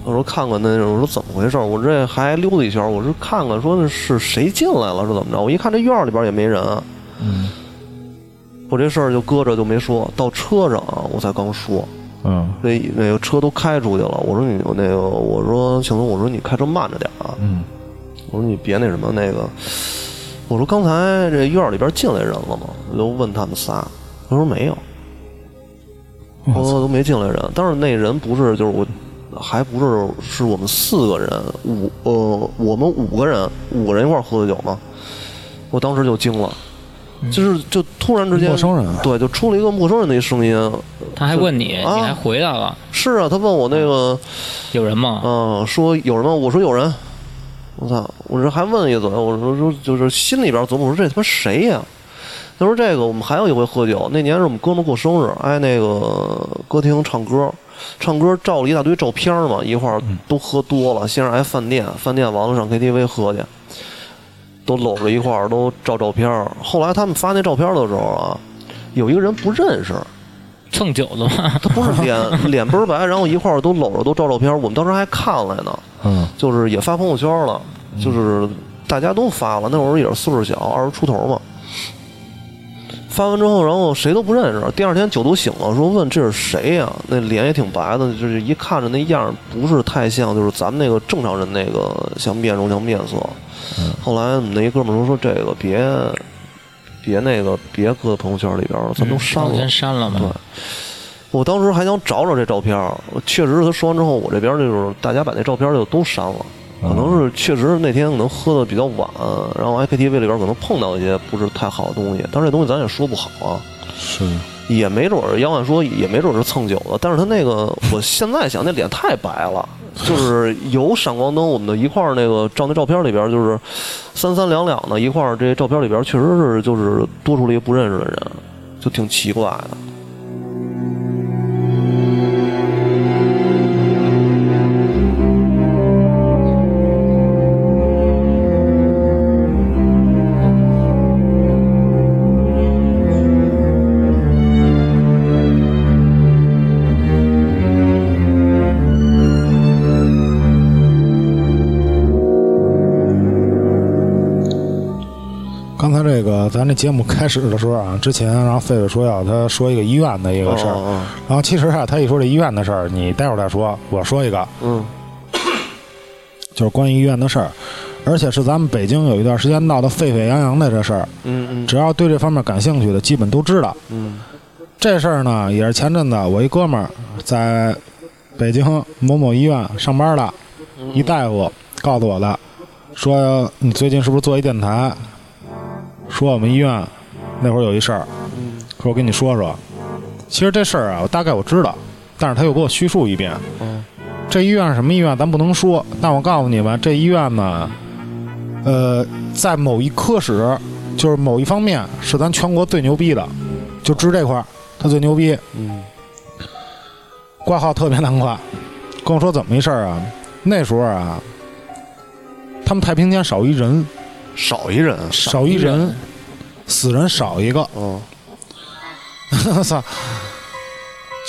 Speaker 4: 我说看看那，我说怎么回事儿？我这还溜达一圈儿，我说看看，说是谁进来了，是怎么着？我一看这院儿里边儿也没人，啊
Speaker 1: 嗯
Speaker 4: 我这事儿就搁着就没说。到车上啊，我才刚说，
Speaker 1: 嗯
Speaker 4: 那那个车都开出去了。我说你那个，我说行，我说你开车慢着点儿啊，
Speaker 1: 嗯
Speaker 4: 我说你别那什么那个，我说刚才这院儿里边进来人了吗？我就问他们仨，他说没有，
Speaker 1: 我
Speaker 4: 我说都没进来人。但是那人不是就是我，还不是是我们四个人五呃我们五个人五个人一块儿喝的酒嘛，我当时就惊了。就是就突然之间，
Speaker 1: 嗯陌生人啊
Speaker 4: 对，就出了一个陌生人的一声音。
Speaker 2: 他还问你，
Speaker 4: 啊
Speaker 2: 你还回答了，
Speaker 4: 是啊，他问我那个，
Speaker 2: 有人吗？
Speaker 4: 嗯，说有人吗？我说有人。我操！我这还问一嘴，我说说就是心里边琢磨，我说这他妈谁呀、他说这个我们还有一回喝酒，那年是我们哥们儿过生日，挨那个歌厅唱歌，唱歌照了一大堆照片嘛，一块儿都喝多了，先是挨饭店，饭店完了上 KTV 喝去，都搂着一块儿都照照片儿。后来他们发那照片的时候啊，有一个人不认识，
Speaker 2: 蹭酒的吗？
Speaker 4: 他不是脸 脸倍儿白，然后一块儿都搂着都照照片儿，我们当时还看来呢。
Speaker 1: 嗯
Speaker 4: 就是也发朋友圈了，就是大家都发了。那会儿也是岁数小，二十出头嘛。发完之后，然后谁都不认识。第二天酒都醒了，说问这是谁呀、那脸也挺白的，就是一看着那样儿不是太像，就是咱们那个正常人那个像面容像面色。后来我们那一哥们儿说说这个别别那个别搁朋友圈里边儿了，咱都删
Speaker 2: 我
Speaker 4: 了
Speaker 2: 先。删了
Speaker 4: 对
Speaker 2: 吧。，
Speaker 4: 我当时还想找找这照片儿，我确实是他说完之后，我这边就是大家把那照片儿就都删了。
Speaker 1: 啊
Speaker 4: 可能是确实那天可能喝的比较晚，然后 IKTV 里边可能碰到一些不是太好的东西，但是这东西咱也说不好啊，
Speaker 1: 是
Speaker 4: 也没准儿，要按说也没准儿是蹭酒的，但是他那个，我现在想那脸太白 了，就是有闪光灯，我们的一块儿那个照那照片里边儿就是三三两两的一块儿，这照片里边儿确实是就是多出了一个不认识的人，就挺奇怪的。
Speaker 1: 刚才这个咱这节目开始的时候啊，之前然后狒狒说要他说一个医院的一个事儿，
Speaker 4: 嗯
Speaker 1: 然后其实啊，他一说这医院的事儿，你待会儿再说，我说一个，
Speaker 4: 嗯
Speaker 1: 就是关于医院的事儿，而且是咱们北京有一段时间闹得沸沸扬扬的这事儿，
Speaker 4: 嗯嗯
Speaker 1: 只要对这方面感兴趣的，基本都知道。
Speaker 4: 嗯
Speaker 1: 这事儿呢，也是前阵子我一哥们儿在北京某某医院上班的，
Speaker 4: 嗯，
Speaker 1: 一大夫告诉我的，说你最近是不是做一电台？说我们医院那会儿有一事儿，
Speaker 4: 嗯
Speaker 1: 说我跟你说说。其实这事儿啊，我大概我知道，但是他又给我叙述一遍。
Speaker 4: 嗯
Speaker 1: 这医院是什么医院咱不能说，但我告诉你们，这医院呢，呃，在某一科室，就是某一方面是咱全国最牛逼的，就治这块儿，他最牛逼。
Speaker 4: 嗯
Speaker 1: 挂号特别难挂，跟我说怎么一事儿啊？那时候啊，他们太平间少一人，
Speaker 4: 少一人，
Speaker 1: 少一人，死人少一个，
Speaker 4: 嗯，
Speaker 1: 我操，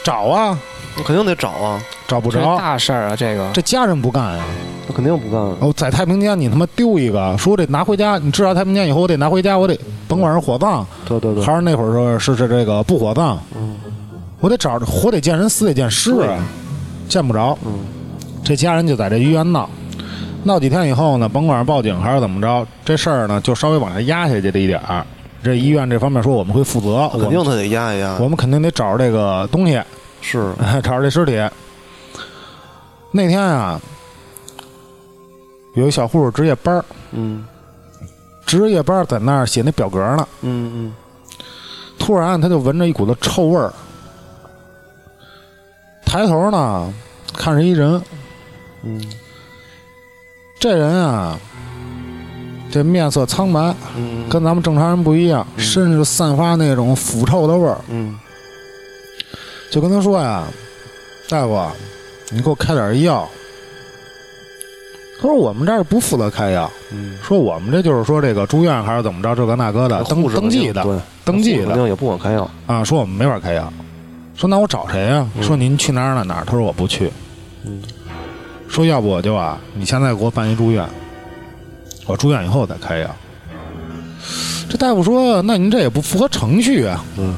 Speaker 1: 找啊
Speaker 4: 那肯定得找啊，
Speaker 1: 找不
Speaker 2: 这
Speaker 1: 着，
Speaker 2: 大事儿啊，这个
Speaker 1: 这家人不干呀、啊
Speaker 4: 那肯定不干啊。
Speaker 1: 哦，在太平间你他妈丢一个，说我得拿回家，你知道太平间以后我得拿回家，我得甭管是火葬
Speaker 4: 对对对，
Speaker 1: 还是那会儿说是是这个不火葬，
Speaker 4: 嗯
Speaker 1: 我得找活得见人，死得见尸
Speaker 4: 对
Speaker 1: 啊，见不着。
Speaker 4: 嗯
Speaker 1: 这家人就在这医院闹，闹几天以后呢，甭管是报警还是怎么着，这事儿呢就稍微往下压下去了一点儿。这医院这方面说我们会负责，
Speaker 4: 肯定他得压一压
Speaker 1: 我，们我们肯定得找着这个东西，
Speaker 4: 是，
Speaker 1: 找着这尸体。那天啊，有一小护士值夜班儿，
Speaker 4: 嗯
Speaker 1: 值夜班儿在那儿写那表格呢，
Speaker 4: 嗯
Speaker 1: 突然他就闻着一股子臭味儿，抬头呢看是一人，
Speaker 4: 嗯嗯
Speaker 1: 这人啊，这面色苍白，
Speaker 4: 嗯，
Speaker 1: 跟咱们正常人不一样，身上就散发那种腐臭的味儿。
Speaker 4: 嗯。
Speaker 1: 就跟他说呀：“大夫，你给我开点药。”他说：“我们这儿不负责开药，
Speaker 4: 嗯，
Speaker 1: 说我们这就是说这个住院还是怎么着，这个那个的，登
Speaker 4: 护士
Speaker 1: 登
Speaker 4: 肯定
Speaker 1: 记的，
Speaker 4: 对，
Speaker 1: 登记
Speaker 4: 护士肯
Speaker 1: 的
Speaker 4: 定也不管开药。
Speaker 1: 啊。说我们没法开药。说那我找谁呀、
Speaker 4: 嗯
Speaker 1: 说您去哪儿哪儿哪儿？他说我不去。
Speaker 4: 嗯
Speaker 1: 说要不我就啊，你现在给我办一住院，我住院以后再开药。这大夫说，那您这也不符合程序啊。
Speaker 4: 嗯。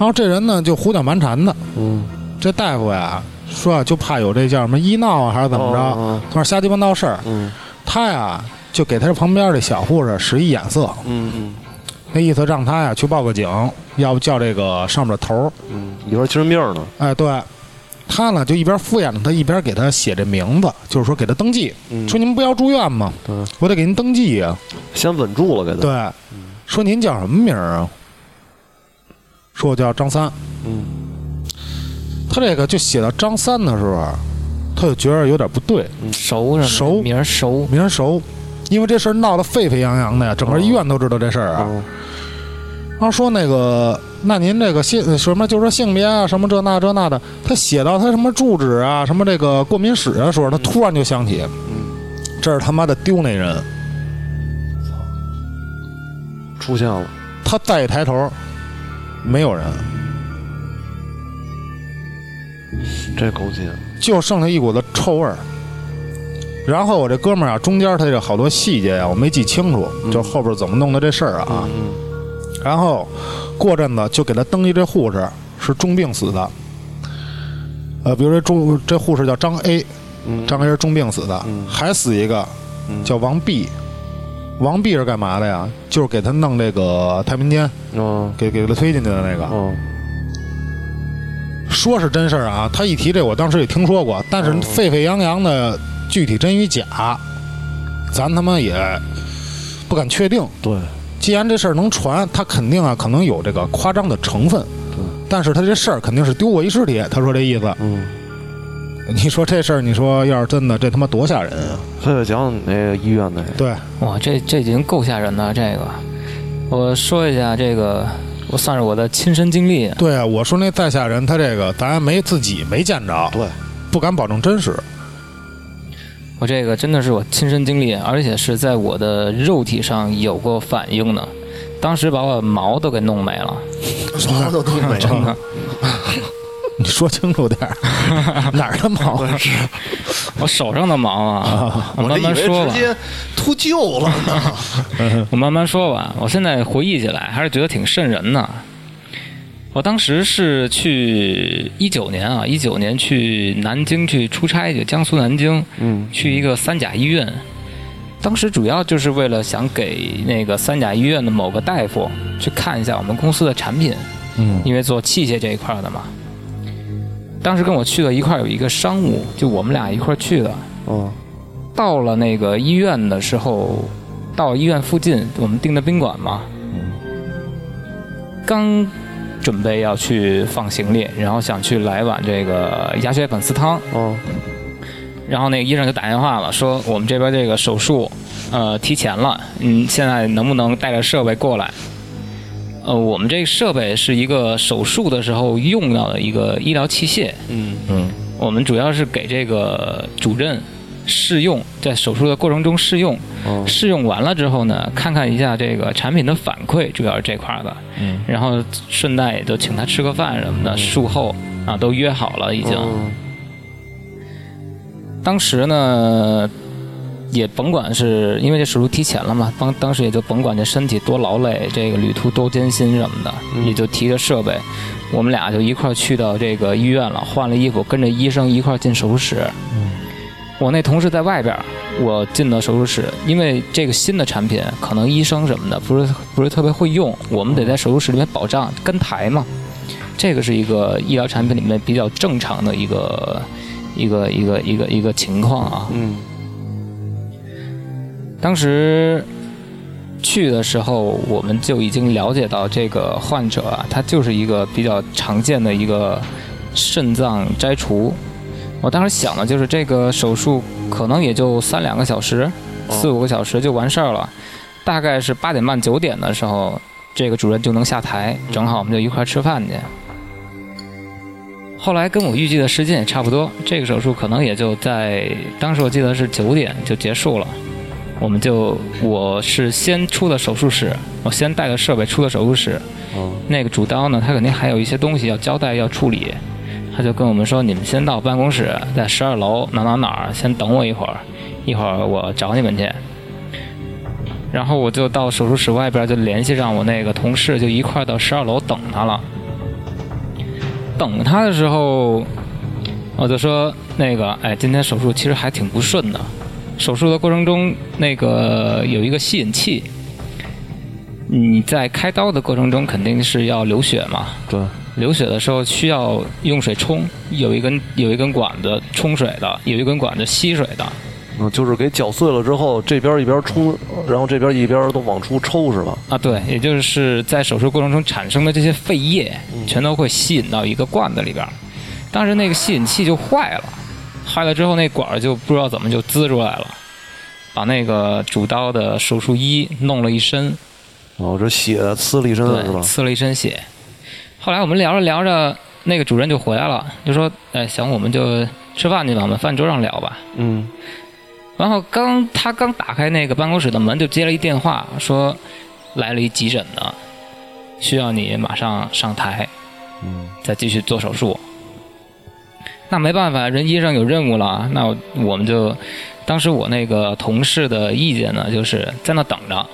Speaker 1: 然后这人呢就胡搅蛮缠的，
Speaker 4: 嗯，
Speaker 1: 这大夫呀说啊，就怕有这叫什么医闹啊还是怎么着，
Speaker 4: 着？
Speaker 1: 他说瞎鸡巴闹事儿。
Speaker 4: 哦嗯
Speaker 1: 他呀就给他这旁边这小护士使一眼色，
Speaker 4: 嗯
Speaker 1: 那意思让他呀去报个警，要不叫这个上面的头儿。
Speaker 4: 嗯嗯，你说精神病呢？
Speaker 1: 哎，对。他呢，就一边敷衍着他，一边给他写这名字，就是说给他登记，
Speaker 4: 嗯
Speaker 1: 说您不要住院嘛，
Speaker 4: 对，
Speaker 1: 我得给您登记呀、
Speaker 4: 先稳住了，给他。，
Speaker 1: 对，
Speaker 4: 嗯
Speaker 1: 说您叫什么名儿啊？说我叫张三。
Speaker 4: 嗯
Speaker 1: 他这个就写到张三的时候啊，他就觉得有点不对，
Speaker 2: 熟什么
Speaker 1: 熟
Speaker 2: 名儿熟，
Speaker 1: 名儿熟，因为这事儿闹得沸沸扬扬的呀，整个医院都知道这事儿啊。
Speaker 4: 嗯
Speaker 1: 然后说那个，那您这个性什么，就是说性别啊，什么这那这那的，他写到他什么住址啊，什么这个过敏史的时候，他突然就想起，
Speaker 4: 嗯，
Speaker 1: 这是他妈的丢那人。
Speaker 4: 出现了。
Speaker 1: 他再一抬头，没有人，
Speaker 4: 这狗血，
Speaker 1: 就剩下一股子臭味儿。然后我这哥们儿啊，中间他这好多细节呀、啊我没记清楚，就后边怎么弄的这事儿啊。
Speaker 4: 嗯
Speaker 1: 然后过阵子就给他登记这护士是重病死的，呃，比如说中这护士叫张 A，
Speaker 4: 嗯，
Speaker 1: 张 A 是重病死的，
Speaker 4: 嗯
Speaker 1: 还死一个
Speaker 4: 嗯
Speaker 1: 叫王 B，王 B 是干嘛的呀？就是给他弄这个太平间，
Speaker 4: 嗯哦
Speaker 1: 给给他推进去的那个。
Speaker 4: 嗯
Speaker 1: 说是真事儿啊，他一提这我当时也听说过，但是
Speaker 4: 嗯
Speaker 1: 沸沸扬扬的具体真与假，咱他妈也不敢确定。
Speaker 4: 对，
Speaker 1: 既然这事儿能传，他肯定啊可能有这个夸张的成分，但是他这事儿肯定是丢过一尸体。他说这意思，
Speaker 4: 嗯，
Speaker 1: 你说这事儿，你说要是真的，这他妈多吓人啊！
Speaker 4: 菲菲讲讲你那个医院那个，
Speaker 1: 对，
Speaker 2: 哇，这这已经够吓人的这个。我说一下这个，我算是我的亲身经历。
Speaker 1: 对啊，我说那再吓人，他这个咱没自己没见着，
Speaker 4: 对，
Speaker 1: 不敢保证真实。
Speaker 2: 我这个真的是我亲身经历，而且是在我的肉体上有过反应的。当时把我毛都给弄没了，
Speaker 4: 毛都没
Speaker 1: 哎
Speaker 2: 真的。
Speaker 1: 你说清楚点儿，哪儿的毛 啊？
Speaker 2: 我手上的毛啊，我
Speaker 4: 我这
Speaker 2: 慢
Speaker 4: 以为
Speaker 2: 慢说
Speaker 4: 直
Speaker 2: 吧，
Speaker 4: 接秃鹫了呢。
Speaker 2: 我慢慢说吧。我现在回忆起来还是觉得挺瘆人的。我当时是去一九年啊，一九年去南京去出差去，江苏南京
Speaker 4: 嗯，
Speaker 2: 去一个三甲医院。当时主要就是为了想给那个三甲医院的某个大夫去看一下我们公司的产品，
Speaker 1: 嗯
Speaker 2: 因为做器械这一块儿的嘛。当时跟我去的一块儿有一个商务，就我们俩一块儿去的。
Speaker 4: 哦，
Speaker 2: 到了那个医院的时候，到医院附近我们订的宾馆嘛，刚准备要去放行李，然后想去来碗这个鸭血粉丝汤，
Speaker 4: 哦，
Speaker 2: 然后那个医生就打电话了，说我们这边这个手术，呃，提前了，嗯，现在能不能带着设备过来？呃，我们这个设备是一个手术的时候用到的一个医疗器械，
Speaker 4: 嗯，
Speaker 1: 嗯
Speaker 2: 我们主要是给这个主任试用，在手术的过程中试用，
Speaker 4: 哦，
Speaker 2: 试用完了之后呢，看看一下这个产品的反馈，主要是这块儿的，
Speaker 1: 嗯，
Speaker 2: 然后顺带也就请他吃个饭什么的，术后啊都约好了已经。
Speaker 4: 嗯
Speaker 2: 当时呢，也甭管是因为这手术提前了嘛，当当时也就甭管这身体多劳累，这个旅途多艰辛什么的，
Speaker 4: 嗯
Speaker 2: 也就提着设备，我们俩就一块儿去到这个医院了，换了衣服，跟着医生一块儿进手术室。我那同事在外边儿，我进到手术室，因为这个新的产品，可能医生什么的不是不是特别会用，我们得在手术室里面保障跟台嘛，这个是一个医疗产品里面比较正常的一个一个一个一个一个情况啊。
Speaker 4: 嗯，
Speaker 2: 当时去的时候，我们就已经了解到这个患者啊，他就是一个比较常见的一个肾脏摘除。我当时想的就是这个手术可能也就三两个小时、
Speaker 4: 哦
Speaker 2: 四五个小时就完事儿了，大概是八点半九点的时候，这个主任就能下台，正好我们就一块儿吃饭去。后来跟我预计的时间也差不多，这个手术可能也就在当时我记得是九点就结束了。我们就我是先出的手术室，我先带着设备出的手术室。
Speaker 4: 哦，
Speaker 2: 那个主刀呢，他肯定还有一些东西要交代要处理，他就跟我们说，你们先到办公室，在十二楼哪哪哪儿先等我一会儿，一会儿我找你们去。然后我就到手术室外边就联系上我那个同事，就一块儿到十二楼等他了。等他的时候，我就说那个，哎，今天手术其实还挺不顺的。手术的过程中，那个有一个吸引器，你在开刀的过程中肯定是要流血嘛，
Speaker 4: 对，
Speaker 2: 流血的时候需要用水冲，有一根有一根管子冲水的，有一根管子吸水的。
Speaker 4: 嗯，就是给搅碎了之后，这边一边冲，然后这边一边都往出抽是吧？
Speaker 2: 啊，对，也就是在手术过程中产生的这些废液，
Speaker 4: 嗯
Speaker 2: 全都会吸引到一个罐子里边儿。当时那个吸引器就坏了，坏了之后那管儿就不知道怎么就滋出来了，把那个主刀的手术衣弄了一身，
Speaker 4: 哦，这血呲了一身是吧
Speaker 2: 对，？呲了一身血。后来我们聊着聊着，那个主任就回来了，就说：“哎，行，我们就吃饭去吧，我们饭桌上聊吧。”
Speaker 4: 嗯，
Speaker 2: 然后刚他刚打开那个办公室的门，就接了一电话，说来了一急诊的，需要你马上上台，
Speaker 4: 嗯，
Speaker 2: 再继续做手术。那没办法，人医生有任务了，那我我们就，当时我那个同事的意见呢，就是在那等着，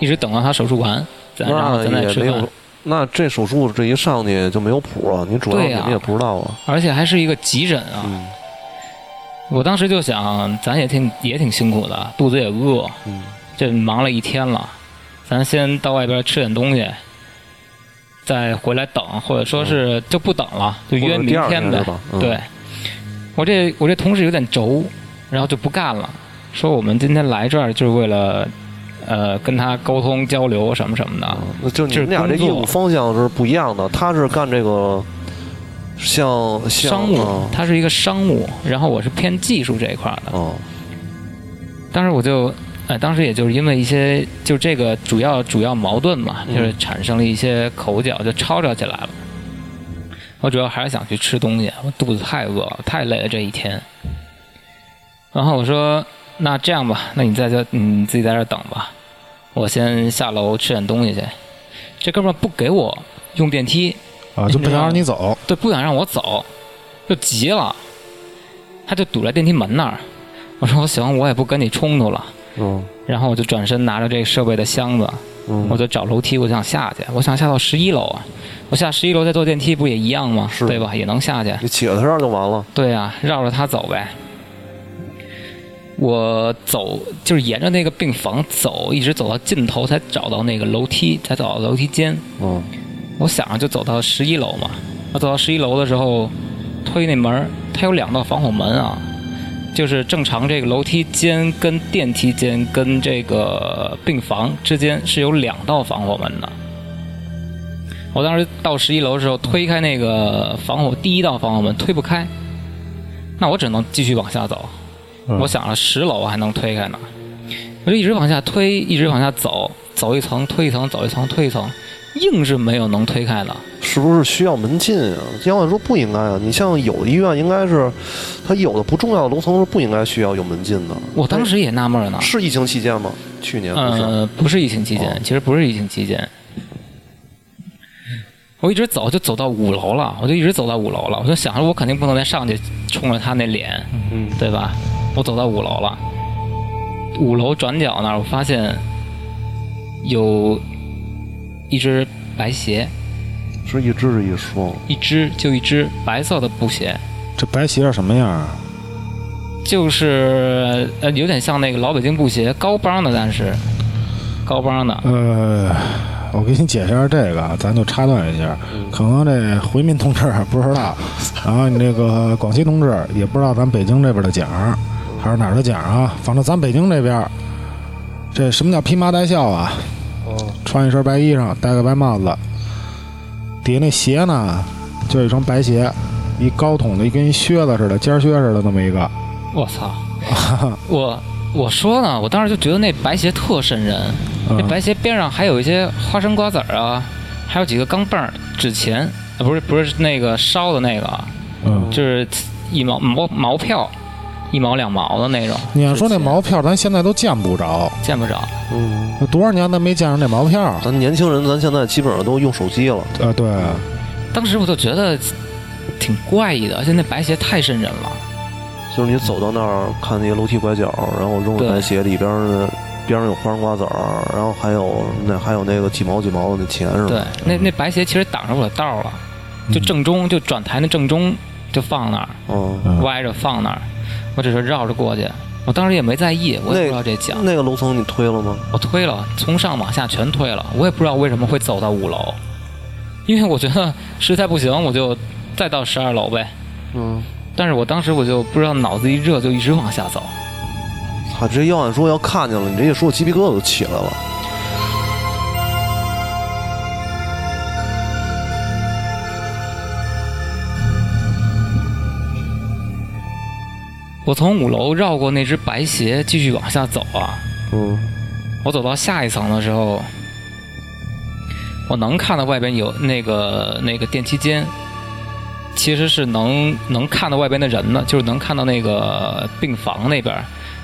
Speaker 2: 一直等到他手术完，咱然后
Speaker 4: 那
Speaker 2: 咱再
Speaker 4: 也
Speaker 2: 吃
Speaker 4: 没
Speaker 2: 饭
Speaker 4: 有。，那这手术这一上去就没有谱了，你主要
Speaker 2: 对
Speaker 4: 你
Speaker 2: 呀
Speaker 4: 们也不知道啊。
Speaker 2: 而且还是一个急诊啊！
Speaker 4: 嗯
Speaker 2: 我当时就想，咱也挺也挺辛苦的，肚子也饿，
Speaker 4: 嗯，
Speaker 2: 这忙了一天了，咱先到外边吃点东西，再回来等，或者说是就不等了，就
Speaker 4: 嗯或
Speaker 2: 约
Speaker 4: 者
Speaker 2: 明
Speaker 4: 第二
Speaker 2: 天呗
Speaker 4: 是。吧？嗯，
Speaker 2: 对，我这我这同事有点轴，然后就不干了，说我们今天来这儿就是为了，呃，跟他沟通交流什么什么的。
Speaker 4: 那就你
Speaker 2: 这是
Speaker 4: 们俩这
Speaker 2: 啊工
Speaker 4: 业
Speaker 2: 作
Speaker 4: 务方向是不一样的，他是干这个像像
Speaker 2: 商务
Speaker 4: 嗯，
Speaker 2: 他是一个商务，然后我是偏技术这一块儿的。
Speaker 4: 哦，
Speaker 2: 当时我就，呃，当时也就是因为一些就这个主要主要矛盾嘛，
Speaker 4: 嗯
Speaker 2: 就是产生了一些口角，就吵吵起来了。我主要还是想去吃东西，我肚子太饿了，太累了这一天。然后我说，那这样吧，那你在这你自己在这儿等吧，我先下楼吃点东西去。这哥们儿不给我用电梯，
Speaker 1: 啊，就不想让你走，
Speaker 2: 对，不想让我走，就急了，他就堵在电梯门那儿。我说行，我也不跟你冲突了。
Speaker 4: 嗯
Speaker 2: 然后我就转身拿着这个设备的箱子，
Speaker 4: 嗯，
Speaker 2: 我就找楼梯，我想下去，我想下到十一楼啊，我下十一楼再坐电梯不也一样吗？
Speaker 4: 是
Speaker 2: 对吧？也能下去。
Speaker 4: 你起了他就完了，
Speaker 2: 对啊，绕着它走呗。我走就是沿着那个病房走，一直走到尽头才找到那个楼梯，才找到楼梯间。
Speaker 4: 嗯
Speaker 2: 我想着就走到十一楼嘛。我走到十一楼的时候，推那门儿，它有两道防火门啊，就是正常这个楼梯间跟电梯间跟这个呃病房之间是有两道防火门的。我当时到十一楼的时候，推开那个防火第一道防火门，推不开，那我只能继续往下走。
Speaker 1: 嗯
Speaker 2: 我想着十楼我还能推开呢，我就一直往下推，一直往下走，走一层推一层，走一层推一层，硬是没有能推开的。
Speaker 4: 是不是需要门禁啊？要按说不应该啊，你像有的医院应该是，它有的不重要的楼层是不应该需要有门禁的。
Speaker 2: 我当时也纳闷了呢
Speaker 4: 哎。是疫情期间吗？去年不是，
Speaker 2: 呃，不是疫情期间，
Speaker 4: 哦
Speaker 2: 其实不是疫情期间。我一直走就走到五楼了，我就一直走到五楼了。我就想着我肯定不能再上去冲着他那脸，
Speaker 4: 嗯
Speaker 2: 对吧？我走到五楼了，五楼转角那儿我发现有一只白鞋，
Speaker 4: 是一只是一双，
Speaker 2: 一只就一只白色的布鞋，
Speaker 1: 这白鞋是什么样啊？
Speaker 2: 就是呃有点像那个老北京布鞋，高帮的，但是高帮的，
Speaker 1: 呃，我给你解释一下这个啊，咱就插断一下。可能这回民同志不知 道，然后你这个广西同志也不知道咱北京这边的奖儿，还是哪儿的奖儿啊？反正咱北京这边儿，这什么叫披麻戴孝啊？
Speaker 4: 哦，
Speaker 1: 穿一身白衣裳，戴个白帽子，底下那鞋呢，就是一双白鞋，一高筒的，一跟一靴子似的，尖靴似的那么一个。
Speaker 2: 我操！我我说呢，我当时就觉得那白鞋特瘆人，那
Speaker 1: 嗯，
Speaker 2: 白鞋边上还有一些花生瓜子儿啊，还有几个钢镚儿、纸钱，啊不是不是那个烧的那个啊，
Speaker 1: 嗯
Speaker 2: 就是一毛毛毛票，一毛两毛的那种，
Speaker 1: 你要说那毛票，咱现在都见不着，
Speaker 2: 见不着。
Speaker 4: 嗯，
Speaker 1: 有多少年咱没见上这毛票啊？
Speaker 4: 咱年轻人，咱现在基本上都用手机了，
Speaker 1: 呃，对，
Speaker 2: 当时我就觉得挺怪异的，而且那白鞋太瘆人了。
Speaker 4: 就是你走到那儿看那些楼梯拐角，然后扔了
Speaker 2: 对
Speaker 4: 白鞋，里边儿呢边上有花生瓜子儿，然后还有那还有那个几毛几毛的那钱是吧？
Speaker 2: 对，那那白鞋其实挡着我的道了，就正中就转台那正中就放那儿，
Speaker 4: 嗯，
Speaker 1: 嗯
Speaker 2: 歪着放那儿，我只是绕着过去。我当时也没在意，我也不知道这奖，
Speaker 4: 那个楼层你推了吗？
Speaker 2: 我推了，从上往下全推了，我也不知道为什么会走到五楼，因为我觉得实在不行，我就再到十二楼呗。
Speaker 4: 嗯，
Speaker 2: 但是我当时我就不知道脑子一热就一直往下走，
Speaker 4: 操，这啊要按说要看见了，你这一说，我鸡皮疙瘩都起来了。
Speaker 2: 我从五楼绕过那只白鞋继续往下走啊，
Speaker 4: 嗯，
Speaker 2: 我走到下一层的时候，我能看到外边有那个那个电梯间，其实是能能看到外边的人的，就是能看到那个病房那边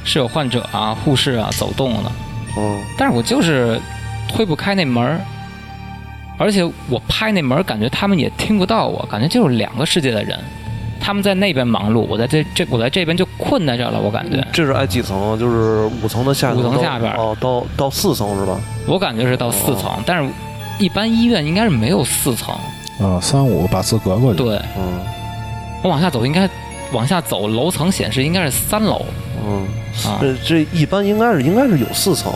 Speaker 2: 是有患者啊、护士啊走动的，
Speaker 4: 哦，
Speaker 2: 但是我就是推不开那门儿，而且我拍那门儿，感觉他们也听不到我，感觉就是两个世界的人。他们在那边忙碌，我在这这我在这边就困在这儿了，我感觉，
Speaker 4: 这是挨几层啊？就是五层的下一
Speaker 2: 五层
Speaker 4: 到
Speaker 2: 下边儿
Speaker 4: 哦，到到四层是吧？
Speaker 2: 我感觉是到四层，但是一般医院应该是没有四层，
Speaker 1: 啊，三五把四隔过去，
Speaker 2: 对
Speaker 4: 嗯
Speaker 2: 我往下走，应该往下走，楼层显示应该是三楼
Speaker 4: 嗯，
Speaker 2: 啊，
Speaker 4: 这这一般应该是应该是有四层，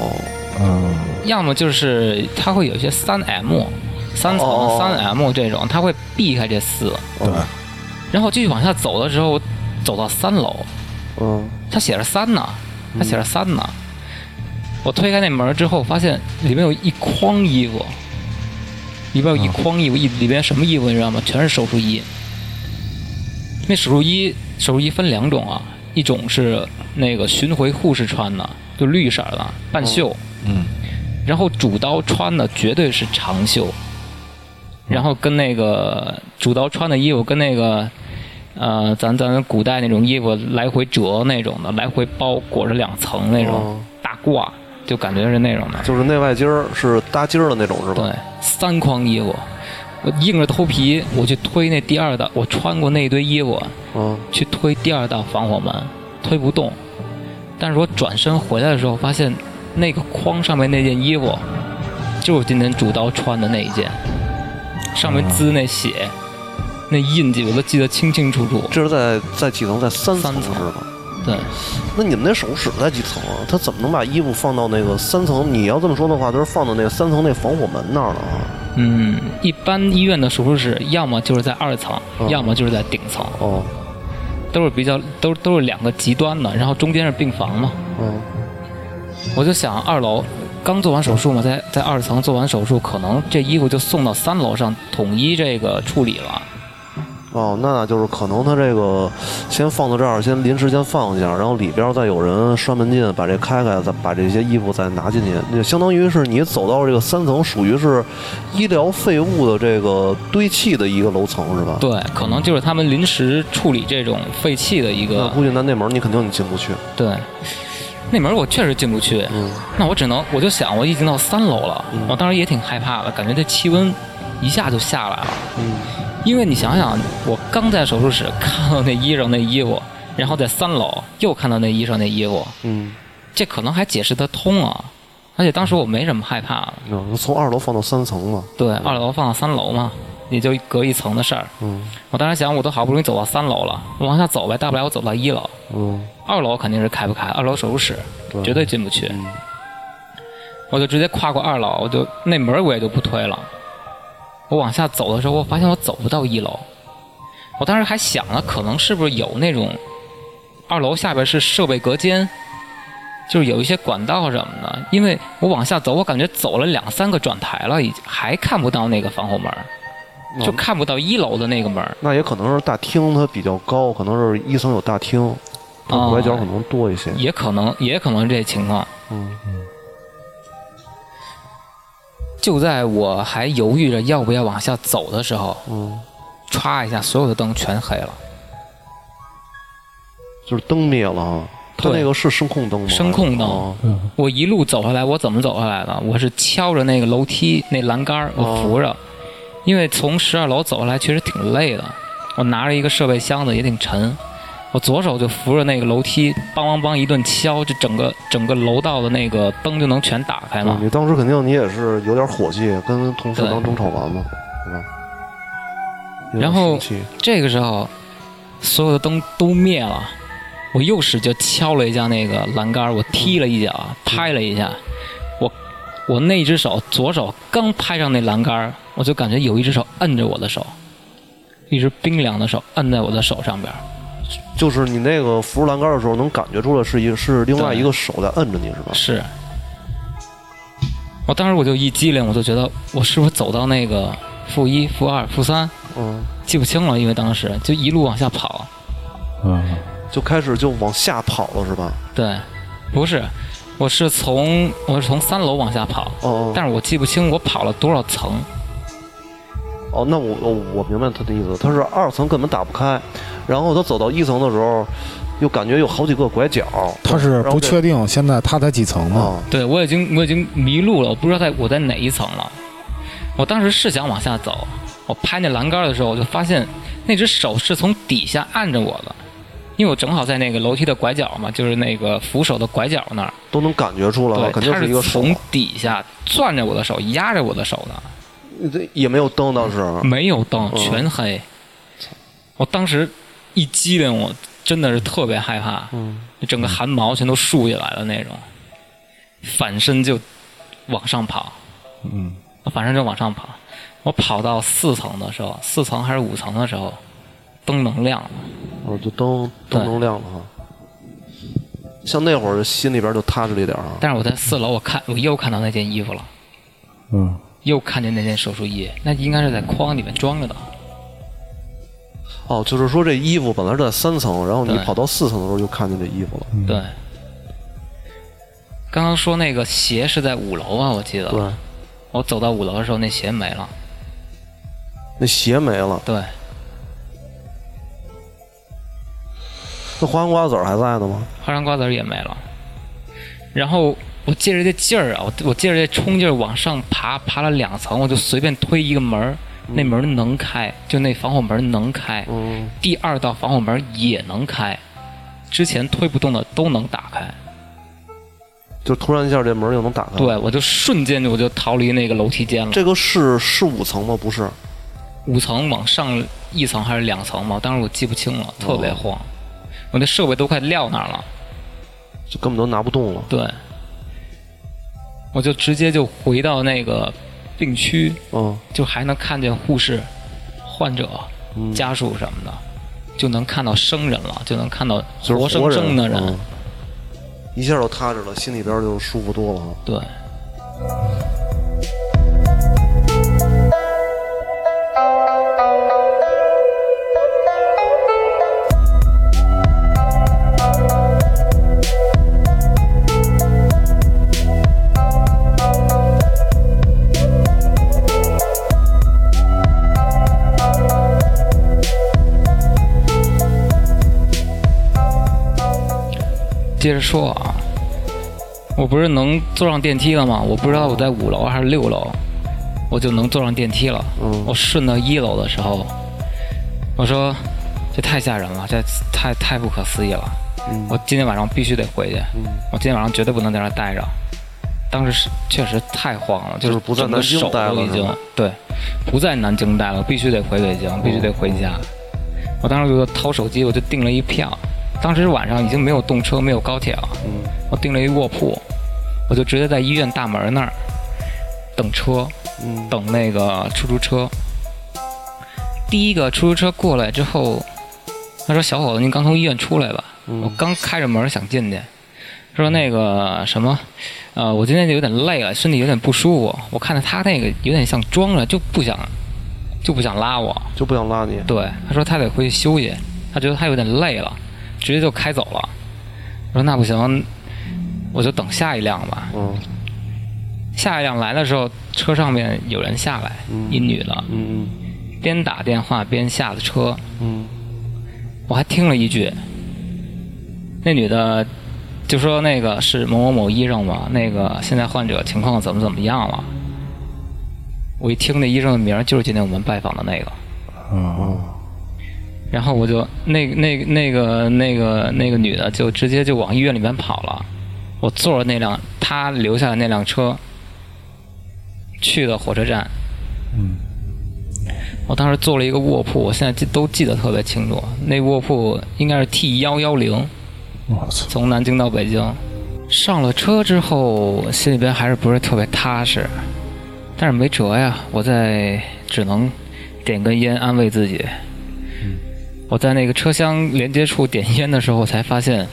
Speaker 1: 嗯，
Speaker 2: 要么就是它会有一些三 M、三
Speaker 4: 哦
Speaker 2: 层、三 M 这种，它会避开这四，
Speaker 1: 对，
Speaker 4: 嗯
Speaker 2: 然后继续往下走的时候，走到三楼，
Speaker 4: 嗯，
Speaker 2: 它写着三呢，它写着三呢。我推开那门之后，发现里面有一筐衣服，里边有一筐衣服，一里边什么衣服你知道吗？全是手术衣。那手术衣，手术衣分两种啊，一种是那个巡回护士穿的，就绿色的半袖，
Speaker 1: 嗯，
Speaker 2: 然后主刀穿的绝对是长袖，
Speaker 4: 嗯
Speaker 2: 然后跟那个主刀穿的衣服跟那个呃，咱咱古代那种衣服来回折那种的，来回包裹着两层那种
Speaker 4: 哦
Speaker 2: 大褂，就感觉是那种的。
Speaker 4: 就是内外襟儿是搭襟儿的那种是吧？
Speaker 2: 对，三筐衣服，我硬着头皮我去推那第二道，我穿过那一堆衣服
Speaker 4: 嗯，
Speaker 2: 去推第二道防火门，推不动。但是我转身回来的时候，发现那个筐上面那件衣服，就是今天主刀穿的那一件，上面滋那血，那印记我都记得清清楚楚。
Speaker 4: 这是在在几层？在三层
Speaker 2: 三层
Speaker 4: 是吧？
Speaker 2: 对，
Speaker 4: 那你们那手指在几层啊？他怎么能把衣服放到那个三层？你要这么说的话，就是放到那个三层那防火门那儿了啊。
Speaker 2: 嗯，一般医院的手术室要么就是在二层，
Speaker 4: 嗯
Speaker 2: 要么就是在顶层，
Speaker 4: 哦，
Speaker 2: 都是比较都都是两个极端的，然后中间是病房嘛。
Speaker 4: 嗯，
Speaker 2: 我就想二楼刚做完手术嘛，在在二层做完手术，可能这衣服就送到三楼上统一这个处理
Speaker 4: 啊
Speaker 2: 了。
Speaker 4: 哦，那就是可能他这个先放到这儿，先临时先放一下，然后里边儿再有人拴门禁，把这开开，再把这些衣服再拿进去，那相当于是你走到这个三层，属于是医疗废物的这个堆砌的一个楼层是吧？
Speaker 2: 对，可能就是他们临时处理这种废弃的一
Speaker 4: 那
Speaker 2: 个
Speaker 4: 估计那那门儿你肯定你进不去。
Speaker 2: 对。那门我确实进不去，
Speaker 4: 嗯
Speaker 2: 那我只能我就想我已经到三楼了，
Speaker 4: 嗯
Speaker 2: 我当时也挺害怕的，感觉这气温一下就下来了。
Speaker 4: 嗯，
Speaker 2: 因为你想想，我刚在手术室看到那医生那衣服，然后在三楼又看到那医生那衣服，
Speaker 4: 嗯，
Speaker 2: 这可能还解释得通啊。而且当时我没什么害怕的，
Speaker 4: 嗯从二楼放到三层嘛。
Speaker 2: 对，二楼放到三楼嘛，也就隔一层的事儿。
Speaker 4: 嗯
Speaker 2: 我当时想，我都好不容易走到三楼了，我往下走呗，大不了我走到一楼，
Speaker 4: 嗯，
Speaker 2: 二楼肯定是开不开，二楼手术室绝对进不去。
Speaker 4: 嗯
Speaker 2: 我就直接跨过二楼，我就那门我也就不推了。我往下走的时候，我发现我走不到一楼。我当时还想了，可能是不是有那种二楼下边是设备隔间，就是有一些管道什么的。因为我往下走，我感觉走了两三个转台了，已经还看不到那个防火门，就
Speaker 4: 嗯
Speaker 2: 看不到一楼的那个门。
Speaker 4: 那也可能是大厅它比较高，可能是一层有大厅，它
Speaker 2: 哦
Speaker 4: 拐角可能多一些。
Speaker 2: 也可能，也可能是这情况。
Speaker 4: 嗯
Speaker 2: 就在我还犹豫着要不要往下走的时候，
Speaker 4: 嗯，
Speaker 2: 歘一下，所有的灯全黑了，
Speaker 4: 就是灯灭了哈。它
Speaker 2: 对
Speaker 4: 那个是声控灯吗？
Speaker 2: 声控灯
Speaker 4: 哦
Speaker 2: 我一路走下来，我怎么走下来的？我是敲着那个楼梯那栏杆儿，我扶着，因为从十二楼走下来确实挺累的，我拿着一个设备箱子也挺沉，我左手就扶着那个楼梯，梆梆梆一顿敲，这整个整个楼道的那个灯就能全打开嘛
Speaker 4: 嗯。你当时肯定你也是有点火气，跟同事
Speaker 2: 对
Speaker 4: 当中吵完嘛，对吧？有点
Speaker 2: 然后
Speaker 4: 生气
Speaker 2: 这个时候，所有的灯都灭了，我右手就敲了一下那个栏杆儿，我踢了一脚，拍了一下，我我那只手左手刚拍上那栏杆儿，我就感觉有一只手摁着我的手，一只冰凉的手摁在我的手上边儿。
Speaker 4: 就是你那个扶栏杆的时候，能感觉出来是一是另外一个手在摁着你，是吧？
Speaker 2: 是，我当时我就一激灵，我就觉得我是不是走到那个负一、负二、负三，
Speaker 4: 嗯，
Speaker 2: 记不清了，因为当时就一路往下跑。
Speaker 1: 嗯，
Speaker 4: 就开始就往下跑了，是吧？
Speaker 2: 对，不是，我是从我是从三楼往下跑，
Speaker 4: 哦哦
Speaker 2: 但是我记不清我跑了多少层。
Speaker 4: 哦，那我我我明白他的意思，他是二层根本打不开，然后他走到一层的时候，又感觉有好几个拐角，
Speaker 1: 他是
Speaker 4: 然
Speaker 1: 不
Speaker 4: 后
Speaker 1: 确定现在他才几层呢？
Speaker 4: 啊，
Speaker 2: 对我已经我已经迷路了，我不知道在我在哪一层了。我当时是想往下走，我拍那栏杆的时候，我就发现那只手是从底下按着我的，因为我正好在那个楼梯的拐角嘛，就是那个扶手的拐角那儿，
Speaker 4: 都能感觉出来哦了，肯
Speaker 2: 对，
Speaker 4: 定
Speaker 2: 它
Speaker 4: 一个手啊
Speaker 2: 从，底下攥着我的手，压着我的手的。
Speaker 4: 这也没有灯当时，
Speaker 2: 没有灯，
Speaker 4: 嗯
Speaker 2: 全黑。我当时一激灵，我真的是特别害怕，
Speaker 4: 嗯
Speaker 2: 整个汗毛全都竖起来了那种，反身就往上跑，
Speaker 1: 嗯，
Speaker 2: 我反身就往上跑。我跑到四层的时候，四层还是五层的时候，灯能亮了。
Speaker 4: 哦，就灯灯
Speaker 2: 对
Speaker 4: 能亮了哈。像那会儿心里边就踏实了一点儿啊。
Speaker 2: 但是我在四楼，我看我又看到那件衣服了，
Speaker 1: 嗯，
Speaker 2: 又看见那件手术衣，那应该是在筐里面装着的。
Speaker 4: 哦，就是说这衣服本来是在三层，然后你
Speaker 2: 对
Speaker 4: 跑到四层的时候就看见这衣服了。
Speaker 2: 对，刚刚说那个鞋是在五楼啊，我记得。
Speaker 4: 对，
Speaker 2: 我走到五楼的时候，那鞋没了。
Speaker 4: 那鞋没了，
Speaker 2: 对，
Speaker 4: 那花生瓜子儿还在呢吗？
Speaker 2: 花生瓜子儿也没了。然后我借着这劲儿啊，我我借着这冲劲儿往上爬，爬了两层，我就随便推一个门儿，那门儿能开，就那防火门儿能开，
Speaker 4: 嗯，
Speaker 2: 第二道防火门儿也能开，之前推不动的都能打开。
Speaker 4: 就突然一下这门儿就能打开。，
Speaker 2: 对，我就瞬间我就逃离那个楼梯间了。
Speaker 4: 哦这个是是五层吗？不是，
Speaker 2: 五层往上一层还是两层嘛？当时我记不清了，特
Speaker 4: 哦
Speaker 2: 别慌，我那设备都快撂那儿了。
Speaker 4: 就根本都拿不动了。
Speaker 2: 对，我就直接就回到那个病区，
Speaker 4: 嗯
Speaker 2: 就还能看见护士、患者、
Speaker 4: 嗯，
Speaker 2: 家属什么的，就能看到生人了，就能看到
Speaker 4: 就是
Speaker 2: 活生生的人。
Speaker 4: 嗯一下就踏实了，心里边就舒服多了啊。
Speaker 2: 对，接着说啊，我不是能坐上电梯了吗？我不知道我在五楼还是六楼，我就能坐上电梯了。
Speaker 4: 嗯
Speaker 2: 我顺到一楼的时候，我说这太吓人了，这太太不可思议了。
Speaker 4: 嗯
Speaker 2: 我今天晚上必须得回去，
Speaker 4: 嗯
Speaker 2: 我今天晚上绝对不能在那儿待着。当时是确实太慌了，
Speaker 4: 就是不在
Speaker 2: 整个
Speaker 4: 南京
Speaker 2: 手
Speaker 4: 待了
Speaker 2: 都已
Speaker 4: 是
Speaker 2: 经
Speaker 4: 吧
Speaker 2: 对，不在南京待了，必须得回北京，必须得回家。我当时就掏手机，我就订了一票。当时晚上已经没有动车，没有高铁了，
Speaker 4: 嗯
Speaker 2: 我订了一卧铺，我就直接在医院大门那儿等车，
Speaker 4: 嗯，
Speaker 2: 等那个出租车。第一个出租车过来之后，他说：“小伙子，您刚从医院出来吧？”我
Speaker 4: 嗯
Speaker 2: 刚开着门想进去，说那个什么，呃，我今天就有点累了，身体有点不舒服。我看着他那个有点像装着，就不想就不想拉我。
Speaker 4: 就不想拉你。
Speaker 2: 对，他说他得回去休息，他觉得他有点累了，直接就开走了。我说那不行，我就等下一辆吧。
Speaker 4: 嗯
Speaker 2: 下一辆来的时候，车上面有人下来，
Speaker 4: 嗯
Speaker 2: 一女的，
Speaker 4: 嗯
Speaker 2: 边打电话边下的车。
Speaker 4: 嗯
Speaker 2: 我还听了一句，那女的就说那个是某某某医生吧，那个现在患者情况怎么怎么样了。我一听那医生的名儿，就是今天我们拜访的那个，
Speaker 1: 啊，
Speaker 2: 然后我就那那那个那个那个女的就直接就往医院里面跑了。我坐着那辆她留下的那辆车，去的火车站。
Speaker 1: 嗯，
Speaker 2: 我当时做了一个卧铺，我现在记都记得特别清楚。那卧铺应该是 T 幺幺零，
Speaker 1: 我操，
Speaker 2: 从南京到北京。上了车之后，心里边还是不是特别踏实，但是没辙呀，我在只能点根烟安慰自己。我在那个车厢连接处点烟的时候，才发现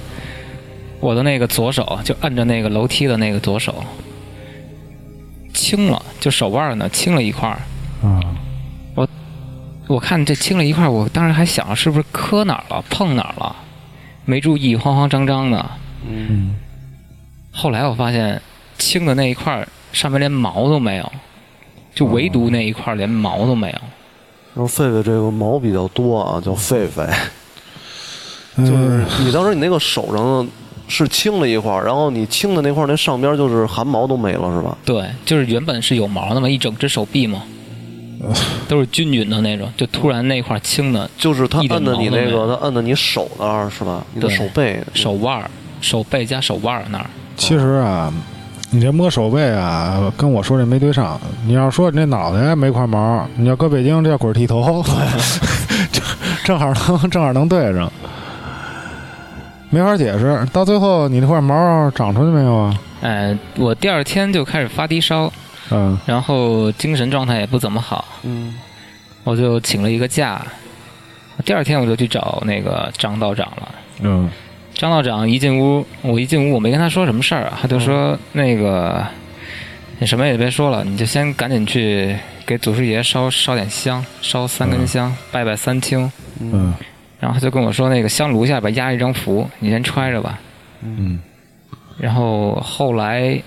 Speaker 2: 我的那个左手就按着那个楼梯的那个左手青了，就手腕呢青了一块儿。
Speaker 1: 啊，
Speaker 2: 我看这青了一块儿，我当时还想是不是磕哪儿了，碰哪儿了，没注意，慌慌张张的。
Speaker 4: 嗯
Speaker 1: 嗯，
Speaker 2: 后来我发现青的那一块儿上面连毛都没有，就唯独那一块儿连毛都没有。
Speaker 4: 然后狒狒这个毛比较多啊，叫狒狒。
Speaker 1: 就
Speaker 4: 就是你当时你那个手上是青了一块儿，然后你青的那块儿那上边就是汗毛都没了是吧？
Speaker 2: 对，就是原本是有毛的嘛，一整只手臂嘛，
Speaker 1: 哎
Speaker 2: 都是均匀的那种，就突然那块儿青的
Speaker 4: 就是它
Speaker 2: 一点
Speaker 4: 摁的你那
Speaker 2: 毛都
Speaker 4: 个，它摁的你手那儿是吧？你的
Speaker 2: 对
Speaker 4: 手背
Speaker 2: 手腕儿、手背加手腕儿那儿。
Speaker 1: 其实啊，你这摸手背啊，跟我说这没对上。你要说你这脑袋没块毛，你要搁北京这叫滚剃头， 正正好能正好能对上，没法解释。到最后你那块毛长出去没有啊？
Speaker 2: 哎，我第二天就开始发低烧，
Speaker 1: 嗯
Speaker 2: 然后精神状态也不怎么好，
Speaker 4: 嗯
Speaker 2: 我就请了一个假。第二天我就去找那个张道长了。
Speaker 1: 嗯
Speaker 2: 张道长一进屋，我一进屋我没跟他说什么事儿啊，他就说那个你什么也别说了，你就先赶紧去给祖师爷烧烧点香，烧三根
Speaker 1: 嗯
Speaker 2: 香，拜拜三清。
Speaker 4: 嗯
Speaker 1: 嗯
Speaker 2: 然后他就跟我说，那个香炉下边压一张符，你先揣着吧。
Speaker 1: 嗯
Speaker 2: 然后后来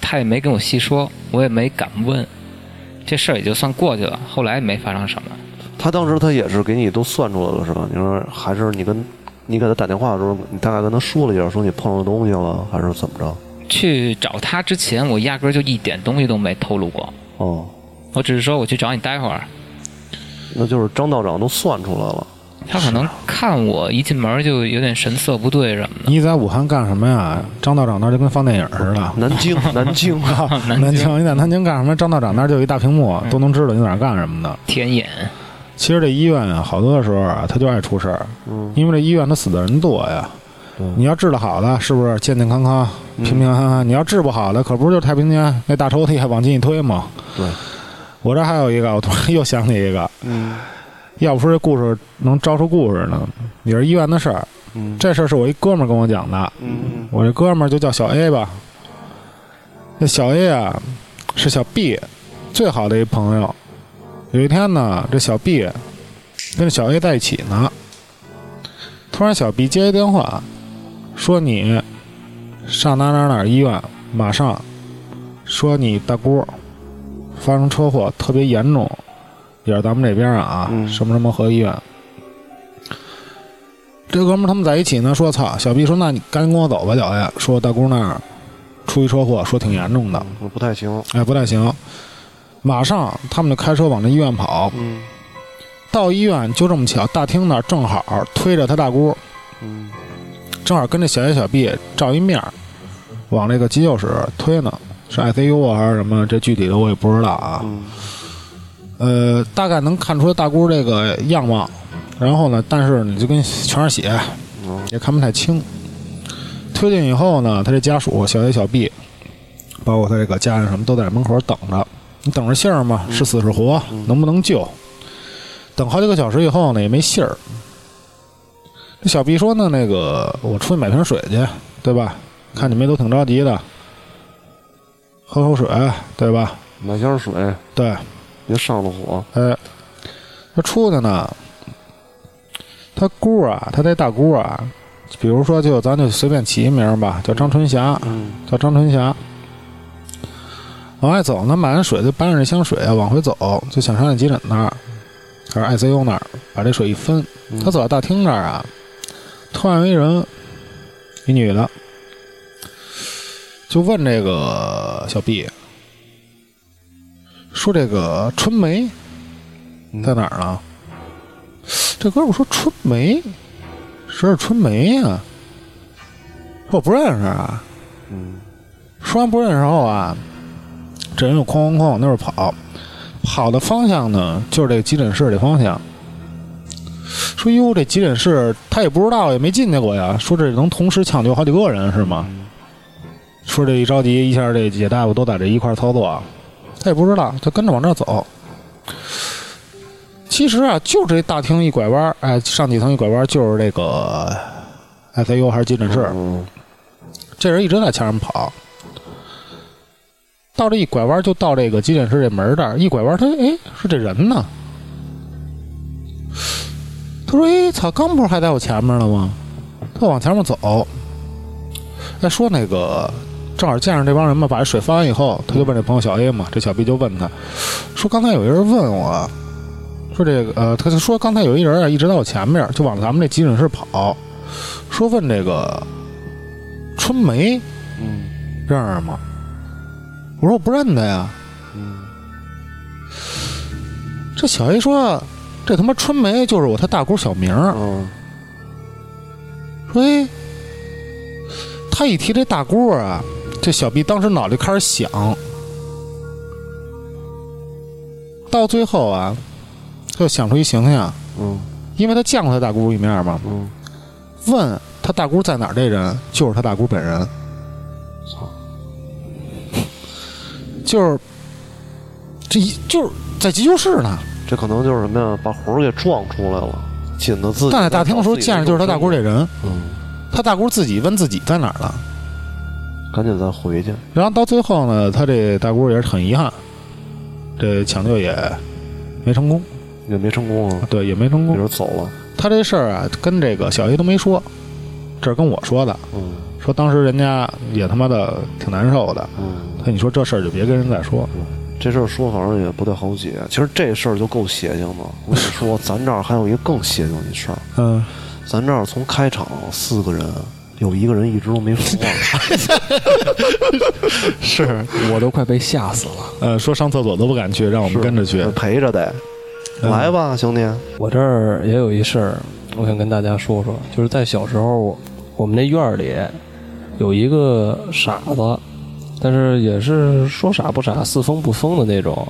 Speaker 2: 他也没跟我细说，我也没敢问，这事儿也就算过去了。后来也没发生什么。
Speaker 4: 他当时他也是给你都算出来了是吧？你说还是你跟你给他打电话的时候，你大概跟他说了一下，说你碰上东西了还是怎么着？
Speaker 2: 去找他之前，我压根儿就一点东西都没透露过，
Speaker 4: 哦，
Speaker 2: 我只是说我去找你待会儿。
Speaker 4: 那就是张道长都算出来了。
Speaker 2: 他可能看我一进门就有点神色不对什么的。
Speaker 1: 你在武汉干什么呀？张道长那儿就跟放电影似的。
Speaker 4: 南京，南京，
Speaker 2: 南
Speaker 1: 南京，嗯你在南京干什么？张道长那儿就有一大屏幕，都能知道你在哪儿干什么的。
Speaker 2: 天眼，
Speaker 1: 其实这医院啊，好多的时候啊，他就爱出事儿，
Speaker 4: 嗯，
Speaker 1: 因为这医院他死的人多呀
Speaker 4: 对。
Speaker 1: 你要治得好的，是不是健健康康、平平安安？你要治不好的，可不是就太平间那大抽屉往进一推吗？
Speaker 4: 对，
Speaker 1: 我这还有一个，我突然又想起一个，
Speaker 4: 嗯
Speaker 1: 要不说这故事能招出故事呢，也是医院的事儿。
Speaker 4: 嗯
Speaker 1: 这事儿是我一哥们儿跟我讲的，
Speaker 4: 嗯
Speaker 1: 我这哥们儿就叫小 A 吧。那小 A 啊，是小 B 最好的一朋友。有一天呢，这小 B 跟小 A 在一起呢，突然小 B 接一电话，说你上哪哪哪医院，马上说你大姑发生车祸，特别严重，也是咱们这边啊，
Speaker 4: 嗯
Speaker 1: 什么什么和医院。这哥们儿他们在一起呢，说操，小 B 说那你赶紧跟我走吧，小 A 说大姑那儿出一车祸，说挺严重的，
Speaker 4: 嗯，不太行，
Speaker 1: 哎，不太行。马上他们就开车往那医院跑，
Speaker 4: 嗯
Speaker 1: 到医院就这么巧，大厅那儿正好推着他大姑，
Speaker 4: 嗯
Speaker 1: 正好跟这小 A 小 B 照一面儿，往那个急救室推呢，是 ICU 啊还是什么？这具体的我也不知道啊。
Speaker 4: 嗯
Speaker 1: 呃，大概能看出大姑这个样貌，然后呢，但是你就跟全是血，
Speaker 4: 嗯
Speaker 1: 也看不太清。推进以后呢，他这家属小 A、小 B，包括他这个家人什么，都在门口等着。你等着信儿吗？是死是活，能不能救？等好几个小时以后呢，也没信儿。这小 B 说呢，那个我出去买瓶水去，对吧？看你们都挺着急的，喝口水，对吧？
Speaker 4: 买箱水，
Speaker 1: 对，
Speaker 4: 别上了火。
Speaker 1: 哎，他出去呢，他姑啊，他这大姑啊，比如说就咱就随便起一名儿吧，叫张春霞，
Speaker 4: 嗯
Speaker 1: 叫张春霞。往外走呢，买完水就搬着这箱水啊往回走，就想上那急诊那儿，还是 ICU 那儿，把这水一分，
Speaker 4: 嗯
Speaker 1: 他走到大厅那儿啊，突然有一人，一女的，就问这个小 B，说这个春梅在哪儿呢？这哥们儿说春梅，谁是春梅啊呀、说我不认识啊。
Speaker 4: 嗯
Speaker 1: 说完不认识后啊，这人就哐哐哐往那边跑，跑的方向呢就是这急诊室这方向。说哟，这急诊室他也不知道，也没进去过呀。说这能同时抢救好几个人是吗？说这一着急，一下这几个大夫都在这一块儿操作，他也不知道，就跟着往那儿走。其实啊，就这大厅一拐弯儿，哎，上几层一拐弯儿就是这个 ICU 还是急诊室。
Speaker 4: 嗯
Speaker 1: 这人一直在前面跑，到这一拐弯就到这个急诊室这门这儿，一拐弯他哎是这人呢，他说哎操，刚不是还在我前面了吗？他往前面走，哎说那个正好见上这帮人嘛，把这水发完以后，他就问这朋友小 A 嘛，这小 B 就问他说刚才有一人问我。说这个，呃，他就说刚才有一人啊，一直在我前面，就往咱们这急诊室跑，说问这个春梅
Speaker 4: 嗯
Speaker 1: 认识吗？我说我不认得呀。
Speaker 4: 嗯
Speaker 1: 这小 A 说，这他妈春梅就是我他大姑小名儿。
Speaker 4: 嗯
Speaker 1: 说哎，他一提这大姑啊，这小 B 当时脑袋开始想，到最后啊，他就想出一形象，
Speaker 4: 嗯
Speaker 1: 因为他见过他大姑一面嘛，
Speaker 4: 嗯，
Speaker 1: 问他大姑在哪儿，这人就是他大姑本人。
Speaker 4: 操！
Speaker 1: 就是这一就是在急救室呢，
Speaker 4: 这可能就是什么呀，把魂儿给撞出来了，紧的自己。
Speaker 1: 但在大厅的时候见着就是他大姑，这人，
Speaker 4: 嗯，
Speaker 1: 他大姑自己问自己在哪儿了。
Speaker 4: 赶紧咱回去。
Speaker 1: 然后到最后呢，他这大姑也是很遗憾，这抢救也没成功，
Speaker 4: 也没成功啊，
Speaker 1: 对，也没成
Speaker 4: 那
Speaker 1: 功。
Speaker 4: 人走了，
Speaker 1: 他这事儿啊，跟这个小 A 都没说，这是跟我说的，
Speaker 4: 嗯
Speaker 1: 说当时人家也他妈的挺难受的。
Speaker 4: 嗯，
Speaker 1: 那你说这事儿就别跟人再说，
Speaker 4: 这事儿说反正也不太好解。其实这事儿就够邪性的。我跟你说，咱这儿还有一个更邪性的事儿，
Speaker 1: 嗯，
Speaker 4: 咱这儿从开场四个人。有一个人一直都没说话，
Speaker 1: 是，
Speaker 3: 我都快被吓死了。
Speaker 1: 呃，说上厕所都不敢去，让 我们跟着去，
Speaker 4: 陪着得。
Speaker 1: 嗯
Speaker 4: 来吧，兄弟，
Speaker 3: 我这儿也有一事儿，我想跟大家说说，就是在小时候，我我们那院儿里有一个傻子，但是也是说傻不傻，似疯不疯的那种。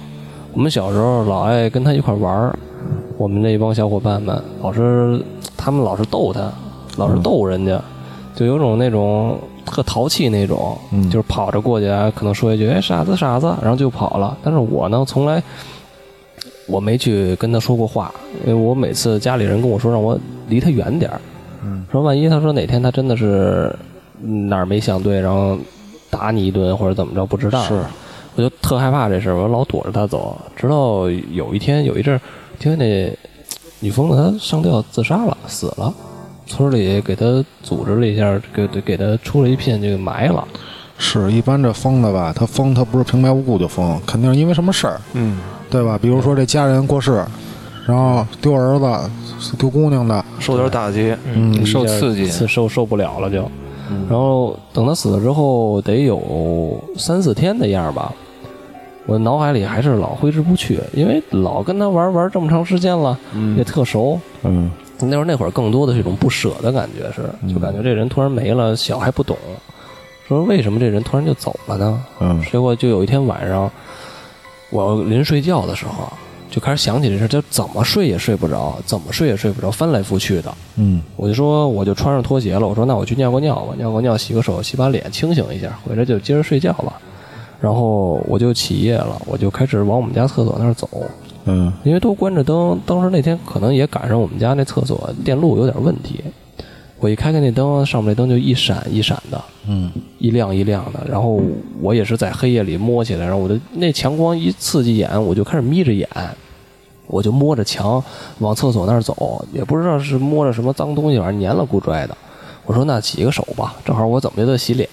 Speaker 3: 我们小时候老爱跟他一块儿玩儿，我们那帮小伙伴们老是他们老是逗他，老是逗人家，就有种那种特淘气那种，
Speaker 1: 嗯
Speaker 3: 就是跑着过去啊，可能说一句“哎，傻子，傻子”，然后就跑了。但是我呢，从来我没去跟他说过话，因为我每次家里人跟我说让我离他远点儿，
Speaker 1: 嗯
Speaker 3: 说万一他说哪天他真的是哪儿没想对，然后打你一顿或者怎么着，不知道，
Speaker 1: 是
Speaker 3: 我就特害怕这事儿，我老躲着他走，直到有一天有一阵儿听见那女疯子她上吊自杀了，死了。村里给她组织了一下，给给她出了一片这个埋了，
Speaker 1: 是一般这疯的吧，他疯他不是平白无故就疯，肯定是因为什么事儿，
Speaker 4: 嗯，
Speaker 1: 对吧？比如说这家人过世，然后丢儿子、丢姑娘的，
Speaker 4: 受点打击，
Speaker 1: 嗯
Speaker 2: 受
Speaker 3: 一下
Speaker 2: 刺激，
Speaker 3: 刺受受不了了就。
Speaker 4: 嗯
Speaker 3: 然后等他死了之后，得有三四天的样儿吧。我脑海里还是老挥之不去，因为老跟他玩儿玩儿这么长时间了，
Speaker 4: 嗯
Speaker 3: 也特熟。
Speaker 1: 嗯
Speaker 3: 那会儿那会儿更多的是一种不舍的感觉是，
Speaker 2: 嗯
Speaker 3: 就感觉这人突然没了，小还不懂，说为什么这人突然就走了呢？
Speaker 1: 嗯
Speaker 3: 结果就有一天晚上，我临睡觉的时候啊就开始想起这事儿，就怎么睡也睡不着，怎么睡也睡不着，翻来覆去的。
Speaker 1: 嗯
Speaker 3: 我就说我就穿上拖鞋了，我说那我去尿个尿吧，尿个尿，洗个手，洗把脸，清醒一下，回来就接着睡觉吧。然后我就起夜了，我就开始往我们家厕所那儿走，
Speaker 1: 嗯
Speaker 3: 因为都关着灯。当时那天可能也赶上我们家那厕所电路有点问题，我一开开那灯，上面那灯就一闪一闪的，
Speaker 1: 嗯
Speaker 3: 一亮一亮的。然后我也是在黑夜里摸起来，然后我的那强光一刺激眼，我就开始眯着眼，我就摸着墙往厕所那儿走，也不知道是摸着什么脏东西，反正黏了咕拽的。我说那洗个手吧，正好我怎么也得洗脸，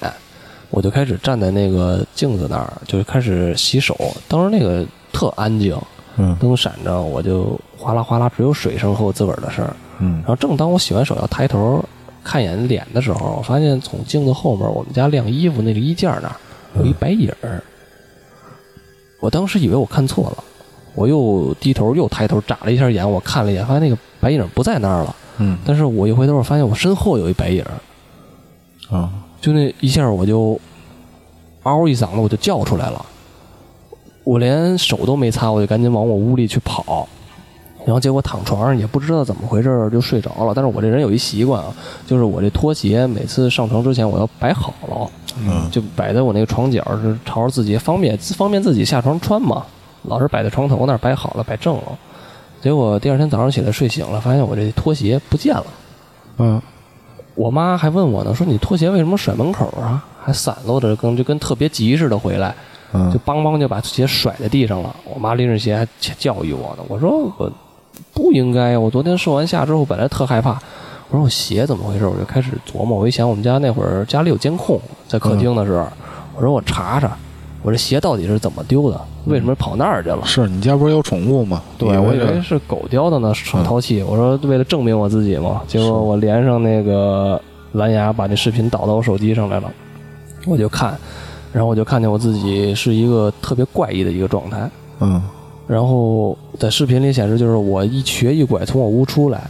Speaker 3: 我就开始站在那个镜子那儿，就开始洗手。当时那个特安静，
Speaker 1: 嗯
Speaker 3: 灯闪着，我就哗啦哗啦，只有水声和我自个儿的声儿。
Speaker 1: 嗯
Speaker 3: 然后正当我洗完手要抬头看一眼脸的时候，我发现从镜子后面我们家晾衣服那个衣架那儿有一白影儿。我当时以为我看错了，我又低头又抬头眨了一下眼，我看了一眼，发现那个白影儿不在那儿了。
Speaker 1: 嗯
Speaker 3: 但是我一回头，我发现我身后有一白影儿，
Speaker 1: 啊
Speaker 3: 就那一下我就嗷一嗓子，我就叫出来了。我连手都没擦，我就赶紧往我屋里去跑。然后结果躺床上也不知道怎么回事儿就睡着了。但是我这人有一习惯啊，就是我这拖鞋每次上床之前我要摆好了，
Speaker 1: 嗯
Speaker 3: 就摆在我那个床角，是朝着自己方便方便自己下床穿嘛。老是摆在床头那儿摆好了，摆正了。结果第二天早上起来睡醒了，发现我这拖鞋不见了。
Speaker 1: 嗯
Speaker 3: 我妈还问我呢，说你拖鞋为什么甩门口啊？还散落着，跟就跟特别急似的回来，就
Speaker 1: 嗯
Speaker 3: 梆梆就把鞋甩在地上了。我妈拎着鞋还教育我呢，我说我不应该呀，我昨天受完吓之后本来特害怕，我说我鞋怎么回事？我就开始琢磨，我一想我们家那会儿家里有监控，在客厅的时候，我说我查查，我这鞋到底是怎么丢的，为什么跑那儿去了？
Speaker 1: 是你家不是有宠物吗？
Speaker 3: 对，我以
Speaker 1: 这
Speaker 3: 为是狗叼的呢，手淘气。我说为了证明我自己嘛，结
Speaker 1: 是
Speaker 3: 果我连上那个蓝牙，把那视频导到我手机上来了，我就看，然后我就看见我自己是一个特别怪异的一个状态。
Speaker 1: 嗯
Speaker 3: 然后在视频里显示就是我一瘸一拐从我屋出来，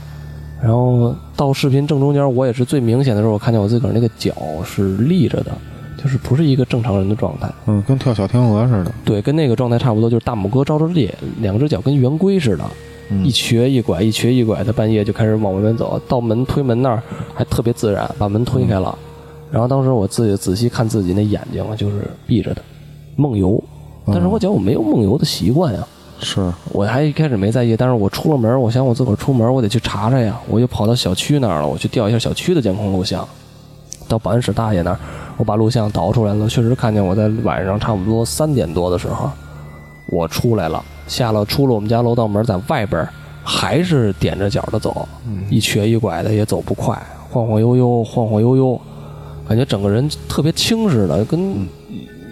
Speaker 3: 然后到视频正中间，我也是最明显的时候，我看见我自个儿那个脚是立着的，就是不是一个正常人的状态。
Speaker 1: 嗯，跟跳小天鹅似的，
Speaker 3: 对，跟那个状态差不多，就是大拇哥着着地，两只脚跟圆规似的。
Speaker 1: 嗯
Speaker 3: 一瘸一拐，一瘸一拐的，半夜就开始往外面走，到门推门那儿还特别自然，把门推开了。然后当时我自己仔细看自己那眼睛，就是闭着的，梦游，
Speaker 1: 嗯
Speaker 3: 但是我觉得我没有梦游的习惯啊呀，
Speaker 1: 是
Speaker 3: 我还一开始没在意，但是我出了门，我想我自个儿出门，我得去查查呀，我就跑到小区那儿了，我去调一下小区的监控录像，到保安室大爷那儿，我把录像导出来了，确实看见我在晚上差不多三点多的时候，我出来了，下了出了我们家楼道门，在外边儿还是踮着脚的走，一瘸一拐的也走不快，晃晃悠悠，晃晃悠悠，感觉整个人特别轻似的，跟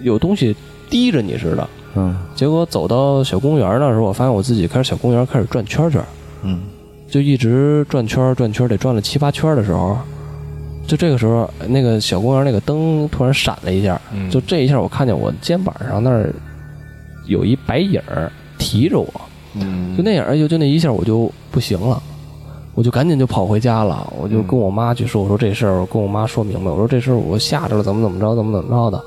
Speaker 3: 有东西滴着你似的。
Speaker 1: 嗯
Speaker 3: 结果走到小公园那时候，我发现我自己开始小公园开始转圈圈，
Speaker 1: 嗯
Speaker 3: 就一直转圈儿转圈儿，得转了七八圈儿的时候，就这个时候，那个小公园那个灯突然闪了一下，
Speaker 2: 嗯
Speaker 3: 就这一下，我看见我肩膀上那儿有一白影儿提着我，
Speaker 1: 嗯
Speaker 3: 就那影儿，哎呦，就那一下我就不行了，我就赶紧就跑回家了，我就跟我妈去说，我说这事儿，我跟我妈说明白，我说这事儿我吓着了，怎么怎么着，怎么怎么着的。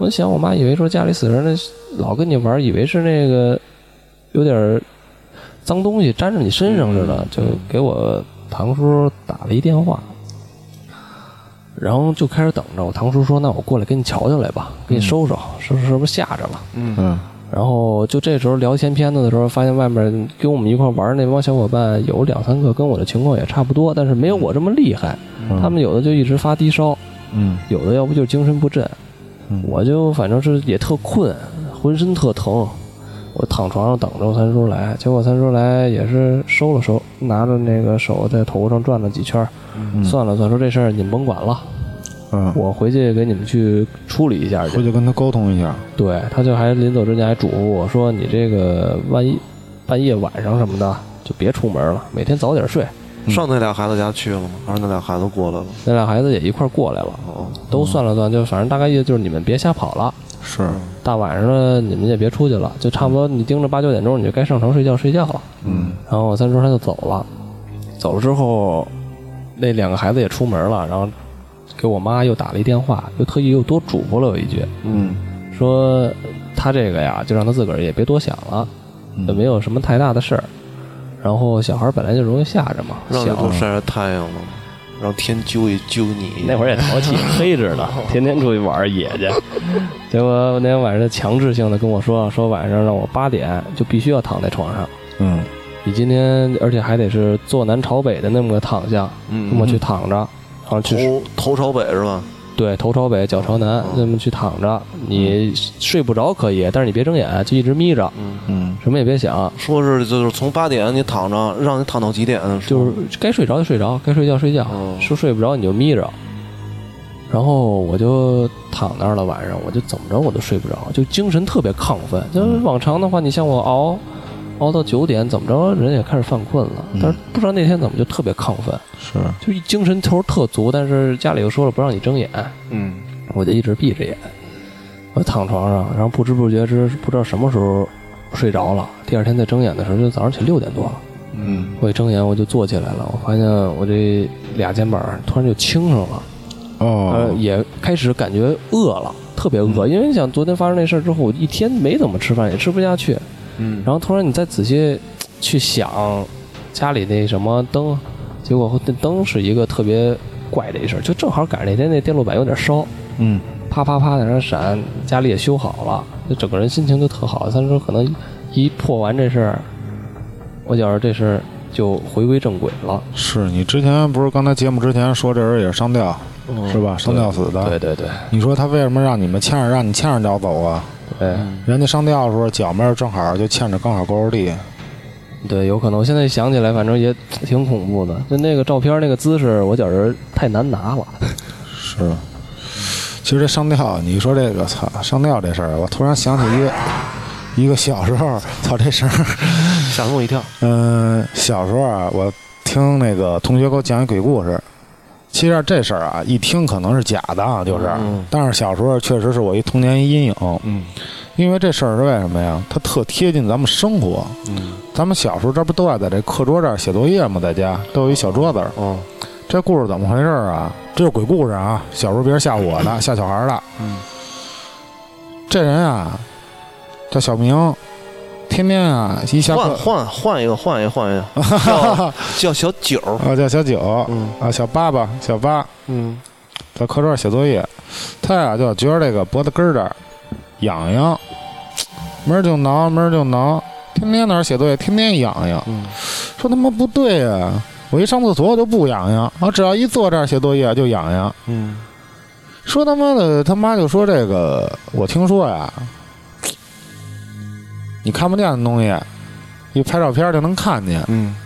Speaker 3: 我想我妈以为说家里死人了，老跟你玩儿，以为是那个有点儿脏东西粘着你身上似的，就给我堂叔打了一电话。然后就开始等着，我堂叔说：“那我过来给你瞧瞧来吧，给你收收，是不是是不是吓着了？”
Speaker 1: 嗯
Speaker 3: 然后就这时候聊闲篇子的时候，发现外面跟我们一块玩儿那帮小伙伴有两三个跟我的情况也差不多，但是没有我这么厉害。
Speaker 1: 嗯
Speaker 3: 他们有的就一直发低烧，
Speaker 1: 嗯
Speaker 3: 有的要不就是精神不振。
Speaker 1: 嗯
Speaker 3: 我就反正是也特困，浑身特疼，我躺床上等着我三叔来。结果三叔来也是收了收，拿着那个手在头上转了几圈儿，
Speaker 1: 嗯
Speaker 3: 算了算，说这事儿你们甭管了，
Speaker 1: 嗯，
Speaker 3: 我回去给你们去处理一下去
Speaker 1: 回。去跟他沟通一下。
Speaker 3: 对，他就还临走之前还嘱咐我说：“你这个万一半夜晚上什么的，就别出门了，每天早点睡。
Speaker 4: 上那俩孩子家去了吗？还是那俩孩子过来了？”
Speaker 3: 那俩孩子也一块儿过来了，
Speaker 4: 哦，
Speaker 3: 都算了算，就反正大概意思就是你们别瞎跑了，
Speaker 1: 是，
Speaker 3: 大晚上的你们也别出去了，就差不多你盯着八九点钟你就该上床睡觉睡觉了。
Speaker 1: 嗯
Speaker 3: 然后我三叔他就走了，走了之后，那两个孩子也出门了，然后给我妈又打了一电话，又特意又多嘱咐了我一句，
Speaker 1: 嗯
Speaker 3: 说他这个呀，就让他自个儿也别多想了。
Speaker 1: 嗯
Speaker 3: 也没有什么太大的事儿。然后小孩本来就容易吓着嘛，
Speaker 4: 让你
Speaker 3: 小
Speaker 4: 多晒晒太阳了，啊让天揪一揪你。
Speaker 3: 那会儿也淘气，黑着呢，天天出去玩儿野去。结果那天晚上就强制性的跟我说，说晚上让我八点就必须要躺在床上，
Speaker 1: 嗯
Speaker 3: 你今天而且还得是坐南朝北的那么个躺向，那
Speaker 4: 嗯，
Speaker 3: 么去躺着，然后去
Speaker 4: 头头朝北是吧？
Speaker 3: 对头朝北脚朝南那么去躺着，你睡不着可以，但是你别睁眼，就一直眯着，
Speaker 4: 嗯，
Speaker 1: 嗯
Speaker 3: 什么也别想，
Speaker 4: 说是就是从八点你躺着，让你躺到几点？
Speaker 3: 就是该睡着就睡着，该睡觉睡觉，
Speaker 4: 哦
Speaker 3: 说睡不着你就眯着。然后我就躺那儿了，晚上我就怎么着我都睡不着，就精神特别亢奋。就是往常的话，你像我熬熬到九点，怎么着人也开始犯困了，但是不知道那天怎么就特别亢奋，
Speaker 1: 是，
Speaker 3: 就一精神头儿特足，但是家里又说了不让你睁眼，
Speaker 4: 嗯，
Speaker 3: 我就一直闭着眼，我躺床上，然后不知不觉之不知道什么时候睡着了，第二天再睁眼的时候就早上起六点多了。
Speaker 1: 嗯
Speaker 3: 我一睁眼我就坐起来了，我发现我这俩肩膀突然就轻上了，呃，
Speaker 1: 哦，
Speaker 3: 也开始感觉饿了，特别饿，因为你想昨天发生那事儿之后，我一天没怎么吃饭，也吃不下去。
Speaker 4: 嗯
Speaker 3: 然后突然你再仔细去想家里那什么灯，结果那灯是一个特别怪的一事儿，就正好赶上那天那电路板有点烧，
Speaker 1: 嗯
Speaker 3: 啪啪啪在那闪，家里也修好了，就整个人心情就特好。三叔可能一破完这事儿，我觉着这事儿就回归正轨了。
Speaker 1: 是你之前不是刚才节目之前说这人也是上吊
Speaker 4: 哦
Speaker 1: 是吧？上吊死的。
Speaker 3: 对对对
Speaker 1: 你说他为什么让你们欠着让你欠着脚走啊？
Speaker 3: 对
Speaker 1: 人家上吊的时候脚面正好就欠着刚好勾着地。
Speaker 3: 对，有可能。我现在想起来，反正也挺恐怖的。就那个照片那个姿势，我觉着太难拿了。
Speaker 1: 是，其实这上吊，你说这个操上吊这事儿，我突然想起一个一个小时候，操这事儿，
Speaker 4: 吓我一跳。
Speaker 1: 嗯，小时候啊，我听那个同学给我讲一鬼故事。其实这事儿啊，一听可能是假的啊，就是，
Speaker 4: 嗯
Speaker 1: 但是小时候确实是我一童年阴影。
Speaker 4: 嗯
Speaker 1: 因为这事儿是为什么呀？它特贴近咱们生活。
Speaker 4: 嗯
Speaker 1: 咱们小时候这不都爱在这课桌这儿写作业吗？在家都有一小桌子儿。
Speaker 4: 哦
Speaker 1: 这故事怎么回事儿啊？这是鬼故事啊！小时候别人吓我的，吓小孩儿的。
Speaker 4: 嗯
Speaker 1: 这人啊，叫小明，天天啊一下
Speaker 4: 换
Speaker 1: 课
Speaker 4: 换换一个，换一个，换一个，叫叫小九儿。
Speaker 1: 啊叫小九
Speaker 4: 嗯
Speaker 1: 啊小八吧小八
Speaker 4: 嗯
Speaker 1: 在课桌上写作业，他呀就觉得这个脖子根儿这儿痒痒，明儿就挠，明儿就挠，天天哪儿写作业，天天痒痒。
Speaker 4: 嗯，
Speaker 1: 说他妈不对呀、我一上厕所我就不痒痒，我只要一坐这儿写作业就痒痒。
Speaker 4: 嗯，
Speaker 1: 说他妈的，他妈就说这个，我听说呀，你看不见的东西，一拍照片就能看见。
Speaker 4: 嗯，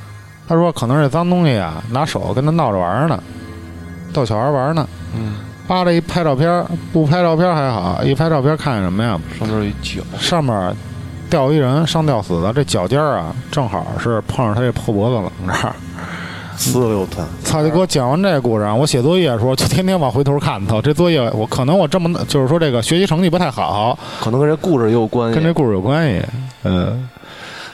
Speaker 1: 他说可能是脏东西啊，拿手跟他闹着玩儿呢，逗小孩儿玩儿呢。
Speaker 4: 嗯，
Speaker 1: 扒拉一拍照片儿，不拍照片儿还好，一拍照片儿看见什么呀？
Speaker 4: 上面有一脚，
Speaker 1: 上面吊一人，上吊死的，这脚尖儿啊，正好是碰上他这破脖子冷这儿。
Speaker 4: 呲溜他，
Speaker 1: 操！就给我讲完这故事啊，我写作业的时候就天天往回头看。操，这作业我可能我这么就是说这个学习成绩不太好，
Speaker 4: 可能跟这故事也有关系
Speaker 1: 跟。这故事有关系。嗯，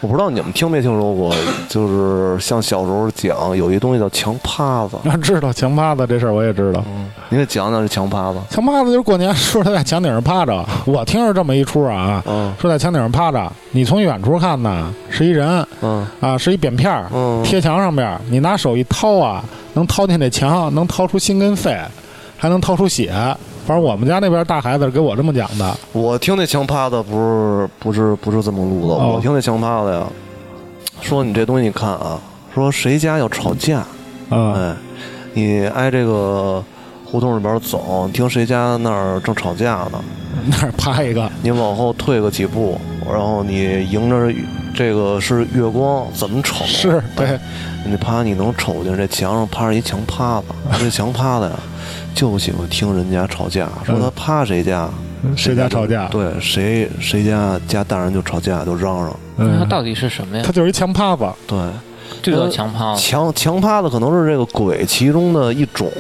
Speaker 4: 我不知道你们听没听说过，就是像小时候讲有一东西叫墙趴子，
Speaker 1: 那 知道强趴子这事儿我也知道。
Speaker 4: 嗯，你给讲讲这墙趴子。
Speaker 1: 强趴子就是过年说他在墙顶上趴着，我听着这么一出啊，
Speaker 4: 嗯
Speaker 1: 说在墙顶上趴着，你从远处看呢是一人
Speaker 4: 嗯
Speaker 1: 啊，是一扁片儿，
Speaker 4: 嗯，
Speaker 1: 贴墙上边儿，你拿手一掏啊，能掏进这墙，能掏出心跟肺，还能掏出血。反正我们家那边大孩子给我这么讲的，
Speaker 4: 我听那墙趴子不是不是不是这么录的，
Speaker 1: 哦
Speaker 4: 我听那墙趴子呀，说你这东西你看啊，说谁家要吵架，
Speaker 1: 嗯
Speaker 4: 哎，你挨这个胡同里边走，你听谁家那儿正吵架呢，
Speaker 1: 那儿趴一个，
Speaker 4: 你往后退个几步，然后你迎着这个是月光，怎么瞅
Speaker 1: 是对，
Speaker 4: 你趴你能瞅见这墙上 趴着一墙趴子，这墙趴子呀，就喜欢听人家吵架，说他趴谁家，
Speaker 1: 嗯谁家吵架？
Speaker 4: 嗯对谁谁家家大人就吵架就嚷嚷，
Speaker 2: 那它
Speaker 1: 嗯，
Speaker 2: 到底是什么呀
Speaker 1: 他？就是一墙趴子，
Speaker 4: 对，
Speaker 2: 就叫强趴子。
Speaker 4: 墙墙趴子可能是这个鬼其中的一种，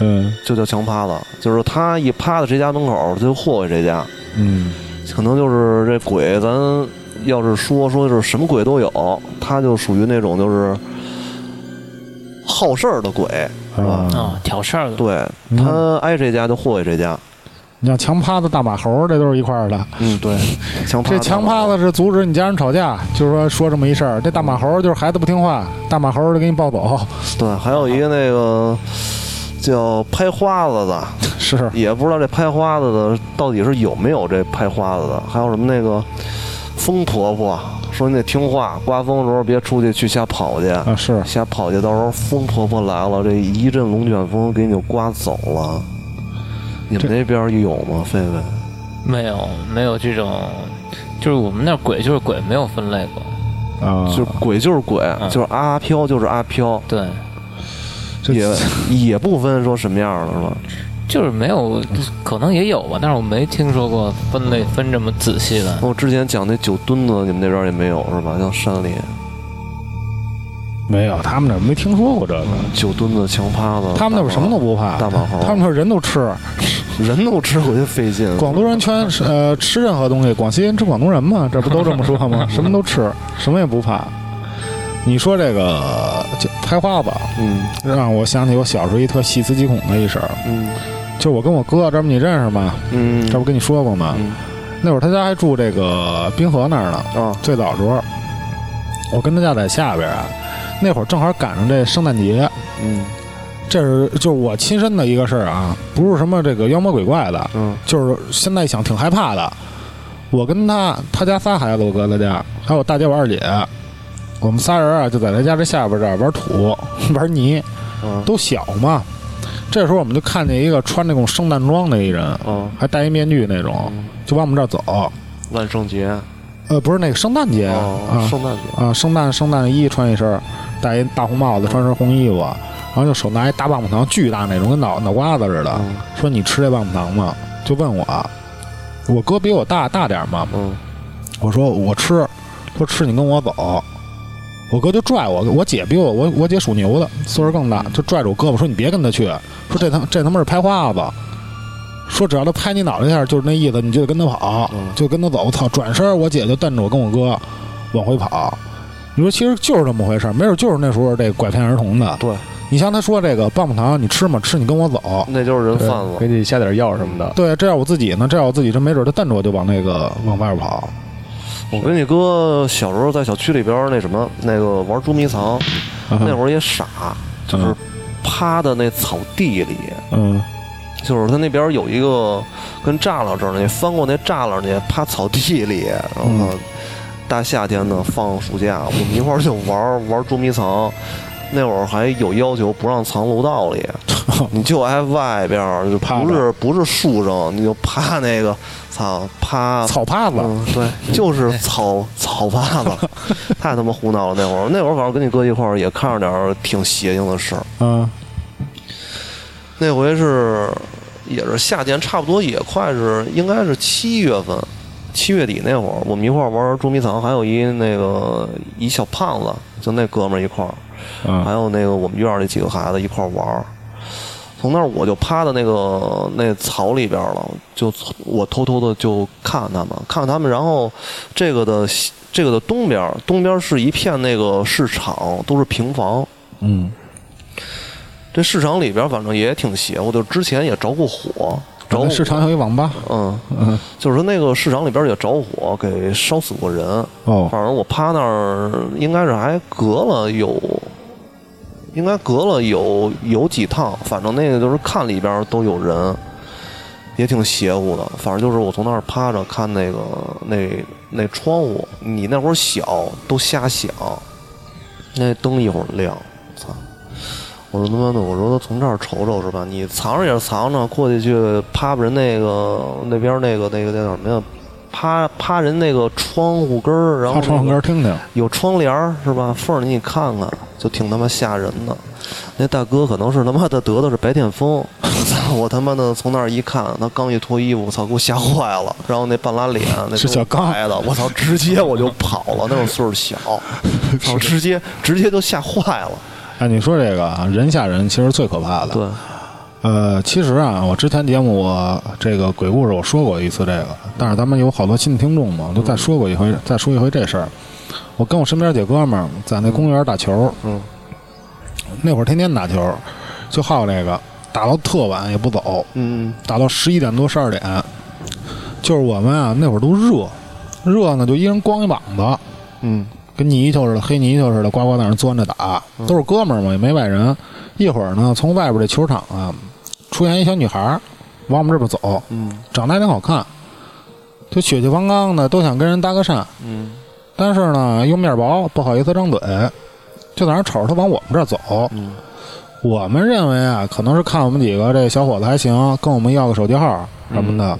Speaker 1: 嗯
Speaker 4: 就叫墙趴子，就是他一趴到谁家门口，他就祸害谁家，
Speaker 1: 嗯
Speaker 4: 可能就是这鬼，咱要是说说就是什么鬼都有，他就属于那种就是好事儿的鬼，是吧？
Speaker 1: 啊，
Speaker 2: 啊，挑事儿的，
Speaker 4: 对
Speaker 1: 嗯
Speaker 4: 他挨谁家就祸害谁家，
Speaker 1: 你像墙趴子、大马猴，这都是一块儿的。
Speaker 4: 嗯，对，墙趴
Speaker 1: 这墙趴子是阻止你家人吵架，就是说说这么一事儿。这大马猴就是孩子不听话，大马猴就给你抱走，
Speaker 4: 对，还有一个那个叫拍花子的，
Speaker 1: 是
Speaker 4: 也不知道这拍花子的到底是有没有这拍花子的，还有什么那个疯婆婆说你得听话，刮风的时候别出去去瞎跑去。
Speaker 1: 啊是，
Speaker 4: 瞎跑去，到时候风婆婆来了，这一阵龙卷风给你就刮走了。你们那边有吗？狒狒？
Speaker 1: 啊
Speaker 2: 没有没有这种，就是我们那儿鬼就是鬼，没有分类过。
Speaker 1: 啊，
Speaker 4: 就是鬼就是鬼，
Speaker 2: 嗯
Speaker 4: 就是阿飘就是阿飘，
Speaker 2: 对，
Speaker 1: 这
Speaker 4: 也也不分说什么样的是吧？
Speaker 2: 就是没有，可能也有吧，但是我没听说过分类分这么仔细的。
Speaker 4: 我之前讲那酒墩子，你们那边也没有是吧？像山里
Speaker 1: 没有，他们那儿没听说过这个，
Speaker 4: 酒墩子、墙趴子，
Speaker 1: 他们那边什么 都不怕，
Speaker 4: 哦大马猴，
Speaker 1: 他们那儿人都吃。
Speaker 4: 人都吃，我就费劲。
Speaker 1: 广东人圈呃吃任何东西，广西人吃广东人嘛，这不都这么说 吗？什么都吃，什么也不怕。你说这个就拍花子，
Speaker 4: 嗯
Speaker 1: 让我想起我小时候一特细思极恐的一事儿，
Speaker 4: 嗯
Speaker 1: 就是我跟我哥，这不你认识吗？
Speaker 4: 嗯，
Speaker 1: 这不跟你说过吗？
Speaker 4: 嗯
Speaker 1: 那会儿他家还住这个滨河那儿呢，
Speaker 4: 啊
Speaker 1: 最早时候，我跟他家在下边啊，那会儿正好赶上这圣诞节，
Speaker 4: 嗯
Speaker 1: 这是就是我亲身的一个事儿啊，不是什么这个妖魔鬼怪的，
Speaker 4: 嗯
Speaker 1: 就是现在想挺害怕的。我跟他，他家仨孩子，我哥他家，还有我大姐我二姐，我们仨人啊就在他家这下边这儿玩土 玩泥，
Speaker 4: 嗯
Speaker 1: 都小嘛。这时候我们就看见一个穿那种圣诞装的一人，
Speaker 4: 嗯，
Speaker 1: 还戴一面具那种，就往我们这儿走。
Speaker 4: 万圣节
Speaker 1: 呃，不是那个圣诞节啊
Speaker 4: 哦，圣诞节
Speaker 1: 啊，圣诞圣诞衣穿一身儿，戴一大红帽子，穿身红衣服，然后就手拿一大棒棒糖，巨大那种，跟脑脑瓜子似的。
Speaker 4: 嗯
Speaker 1: 说你吃这棒棒糖吗？就问我，我哥比我大大点儿嘛，
Speaker 4: 嗯
Speaker 1: 我说我吃，说吃你跟我走。我哥就拽我，我姐比我我我姐属牛的，岁数更大，就拽着我胳膊说你别跟他去，说这他这他妈是拍花子，说只要他拍你脑袋一下就是那意思，你就得跟他跑
Speaker 4: 嗯，
Speaker 1: 就跟他走。我操，转身我姐就瞪着我跟我哥往回跑。你说其实就是这么回事儿，没准就是那时候这拐骗儿童的。
Speaker 4: 对，
Speaker 1: 你像他说这个棒棒糖，你吃吗？吃你跟我走。
Speaker 4: 那就是人贩子
Speaker 3: 给。你下点药什么的。
Speaker 1: 对，这要我自己呢，这要我自己，这没准他瞪着我就往那个往外边跑。
Speaker 4: 我跟你哥小时候在小区里边儿那什么那个玩捉迷藏，那
Speaker 1: 那
Speaker 4: 会儿也傻，就是趴在那草地里，
Speaker 1: 嗯
Speaker 4: 就是他那边有一个跟栅栏似的，你翻过那栅栏去，趴草地里，然后
Speaker 1: 嗯
Speaker 4: 大夏天的放暑假，我们一块儿就玩儿玩儿捉迷藏。那会儿还有要求不让藏楼道 里，你就挨外边儿，就
Speaker 1: 哦趴
Speaker 4: 不
Speaker 1: 着
Speaker 4: 是不是树上，你就趴那个，操趴
Speaker 1: 草帕子，
Speaker 4: 嗯，对，就是草草坝子，太他妈胡闹了。那会儿，那会儿反正跟你哥一块儿也看着点儿挺邪性的事儿。
Speaker 1: 嗯
Speaker 4: 那回是也是夏天，差不多也快是应该是七月份，七月底那会儿，我们一块儿玩捉迷藏，还有一那个一小胖子，就那哥们儿一块儿，
Speaker 1: 嗯
Speaker 4: 还有那个我们院儿里几个孩子一块儿玩儿。从那儿我就趴到那个那草里边儿了，就从我偷偷的就看他们，看他们，然后这个的西这个的东边儿，东边儿是一片那个市场，都是平房。
Speaker 1: 嗯
Speaker 4: 这市场里边儿反正也挺邪乎，就之前也着过火，
Speaker 1: 咱
Speaker 4: 着过
Speaker 1: 们啊市场有一网吧，
Speaker 4: 嗯，
Speaker 1: 嗯
Speaker 4: 就是说那个市场里边儿也着火，给烧死过人。
Speaker 1: 哦，
Speaker 4: 反正我趴那儿，应该是还隔了有，应该隔了有有几趟，反正那个就是看里边都有人，也挺邪乎的。反正就是我从那儿趴着看那个那那窗户，你那会儿小都瞎想，那灯一会儿亮，操！我说他妈的，我说从这儿瞅瞅是吧？你藏着也是藏着，过去去趴人那个那边那个那个那叫什么呀？趴趴人那个窗户根儿，然后
Speaker 1: 趴窗户根
Speaker 4: 那个
Speaker 1: 儿听听，
Speaker 4: 有窗帘儿是吧？缝儿你看看，就挺他妈吓人的。那大哥可能是他妈的得的是白癜风，操我他妈的从那儿一看，他刚一脱衣服，我操，给我吓坏了。然后那半拉脸那
Speaker 1: 是小刚
Speaker 4: 来的，我操，直接我就跑了。那种岁数小，操，直接直接就吓坏了。
Speaker 1: 哎，你说这个啊，人吓人其实最可怕的，
Speaker 4: 对，
Speaker 1: 呃，其实啊，我之前节目我这个鬼故事我说过一次这个，但是咱们有好多新听众嘛，我都再说过一回，再说一回这事儿。我跟我身边几哥们儿在那公园打球，
Speaker 4: 嗯，
Speaker 1: 那会儿天天打球，就好这个，打到特晚也不走，
Speaker 4: 嗯
Speaker 1: 打到十一点多十二点，就是我们啊那会儿都热，热呢就一人光一膀子，
Speaker 4: 嗯
Speaker 1: 跟泥鳅似的，黑泥鳅似的，呱呱在那儿钻着打，都是哥们儿嘛，也没外人。一会儿呢，从外边这球场啊，出现一小女孩儿，往我们这边走，
Speaker 4: 嗯
Speaker 1: 长得还挺好看，就血气方刚的，都想跟人搭个讪，
Speaker 4: 嗯
Speaker 1: 但是呢又面薄，不好意思张嘴，就在那儿瞅着她往我们这儿走。
Speaker 4: 嗯
Speaker 1: 我们认为啊，可能是看我们几个这小伙子还行，跟我们要个手机号什么的。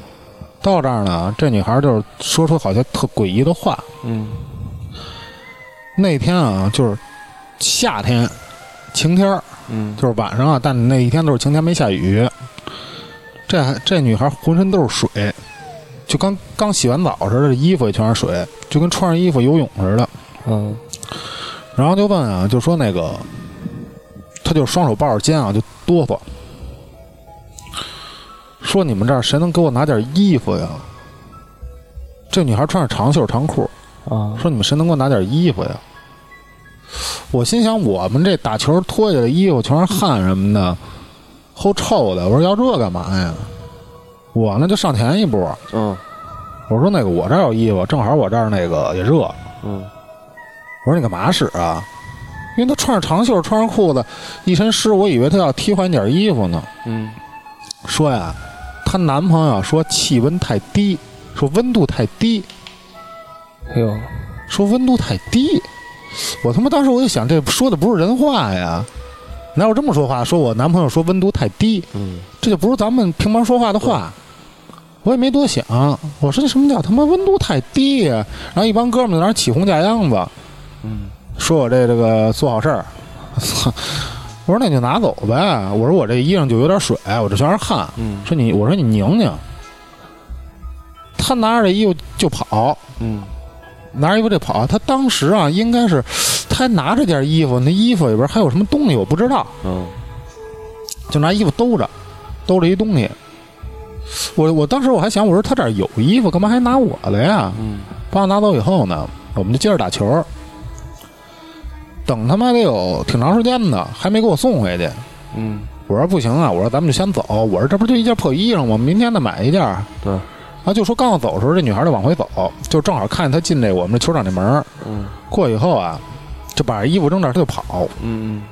Speaker 1: 到这儿呢，这女孩儿就是说出好像特诡异的话，
Speaker 4: 嗯
Speaker 1: 那天啊，就是夏天，晴天儿，
Speaker 4: 嗯
Speaker 1: 就是晚上啊，但那一天都是晴天，没下雨。这还这女孩浑身都是水，就刚刚洗完澡似的，这衣服也全是水，就跟穿上衣服游泳似的。
Speaker 3: 嗯，
Speaker 1: 然后就问啊，就说那个，她就双手抱着肩啊，就哆嗦，说你们这儿谁能给我拿点衣服呀？这女孩穿着长袖长裤，
Speaker 3: 啊，
Speaker 1: 说你们谁能给我拿点衣服呀？我心想，我们这打球脱下来的衣服全是汗什么的，齁臭的。我说要这干嘛呀？我呢就上前一步，
Speaker 4: 嗯
Speaker 1: 我说那个我这儿有衣服，正好我这儿那个也热。我
Speaker 4: 嗯
Speaker 1: 说你干嘛使啊？因为他穿着长袖，穿着裤子，一身湿，我以为他要替换点衣服呢。
Speaker 4: 嗯
Speaker 1: 说呀，她男朋友说气温太低，说温度太低，
Speaker 3: 哎呦，
Speaker 1: 说温度太低。我他妈当时我就想，这说的不是人话呀，哪有这么说话？说我男朋友说温度太低，
Speaker 4: 嗯，
Speaker 1: 这就不是咱们平常说话的话。我也没多想，我说这什么叫他妈温度太低呀、然后一帮哥们儿在那儿起哄架秧子，
Speaker 4: 嗯
Speaker 1: 说我这这个做好事儿， 操！我说那你就拿走呗。我说我这衣裳就有点水，我这全是汗。
Speaker 4: 嗯
Speaker 1: 说你，我说你拧拧。他拿着这衣服就跑，
Speaker 4: 嗯
Speaker 1: 拿着衣服这跑，他当时啊，应该是他还拿着件衣服，那衣服里边还有什么东西我不知道，
Speaker 4: 嗯
Speaker 1: 就拿衣服兜着，兜着一东西。我我当时我还想，我说他这儿有衣服，干嘛还拿我的呀？
Speaker 4: 嗯
Speaker 1: 把我拿走以后呢，我们就接着打球。等他妈得有挺长时间的，还没给我送回去。
Speaker 4: 嗯，
Speaker 1: 我说不行啊，我说咱们就先走。我说这不就一件破衣裳吗？明天再买一件。
Speaker 4: 对，
Speaker 1: 啊，就说刚要走的时候，这女孩就往回走，就正好看见她进这我们这球场这门儿
Speaker 4: 嗯
Speaker 1: 过以后啊，就把衣服扔这儿，她就跑。
Speaker 4: 嗯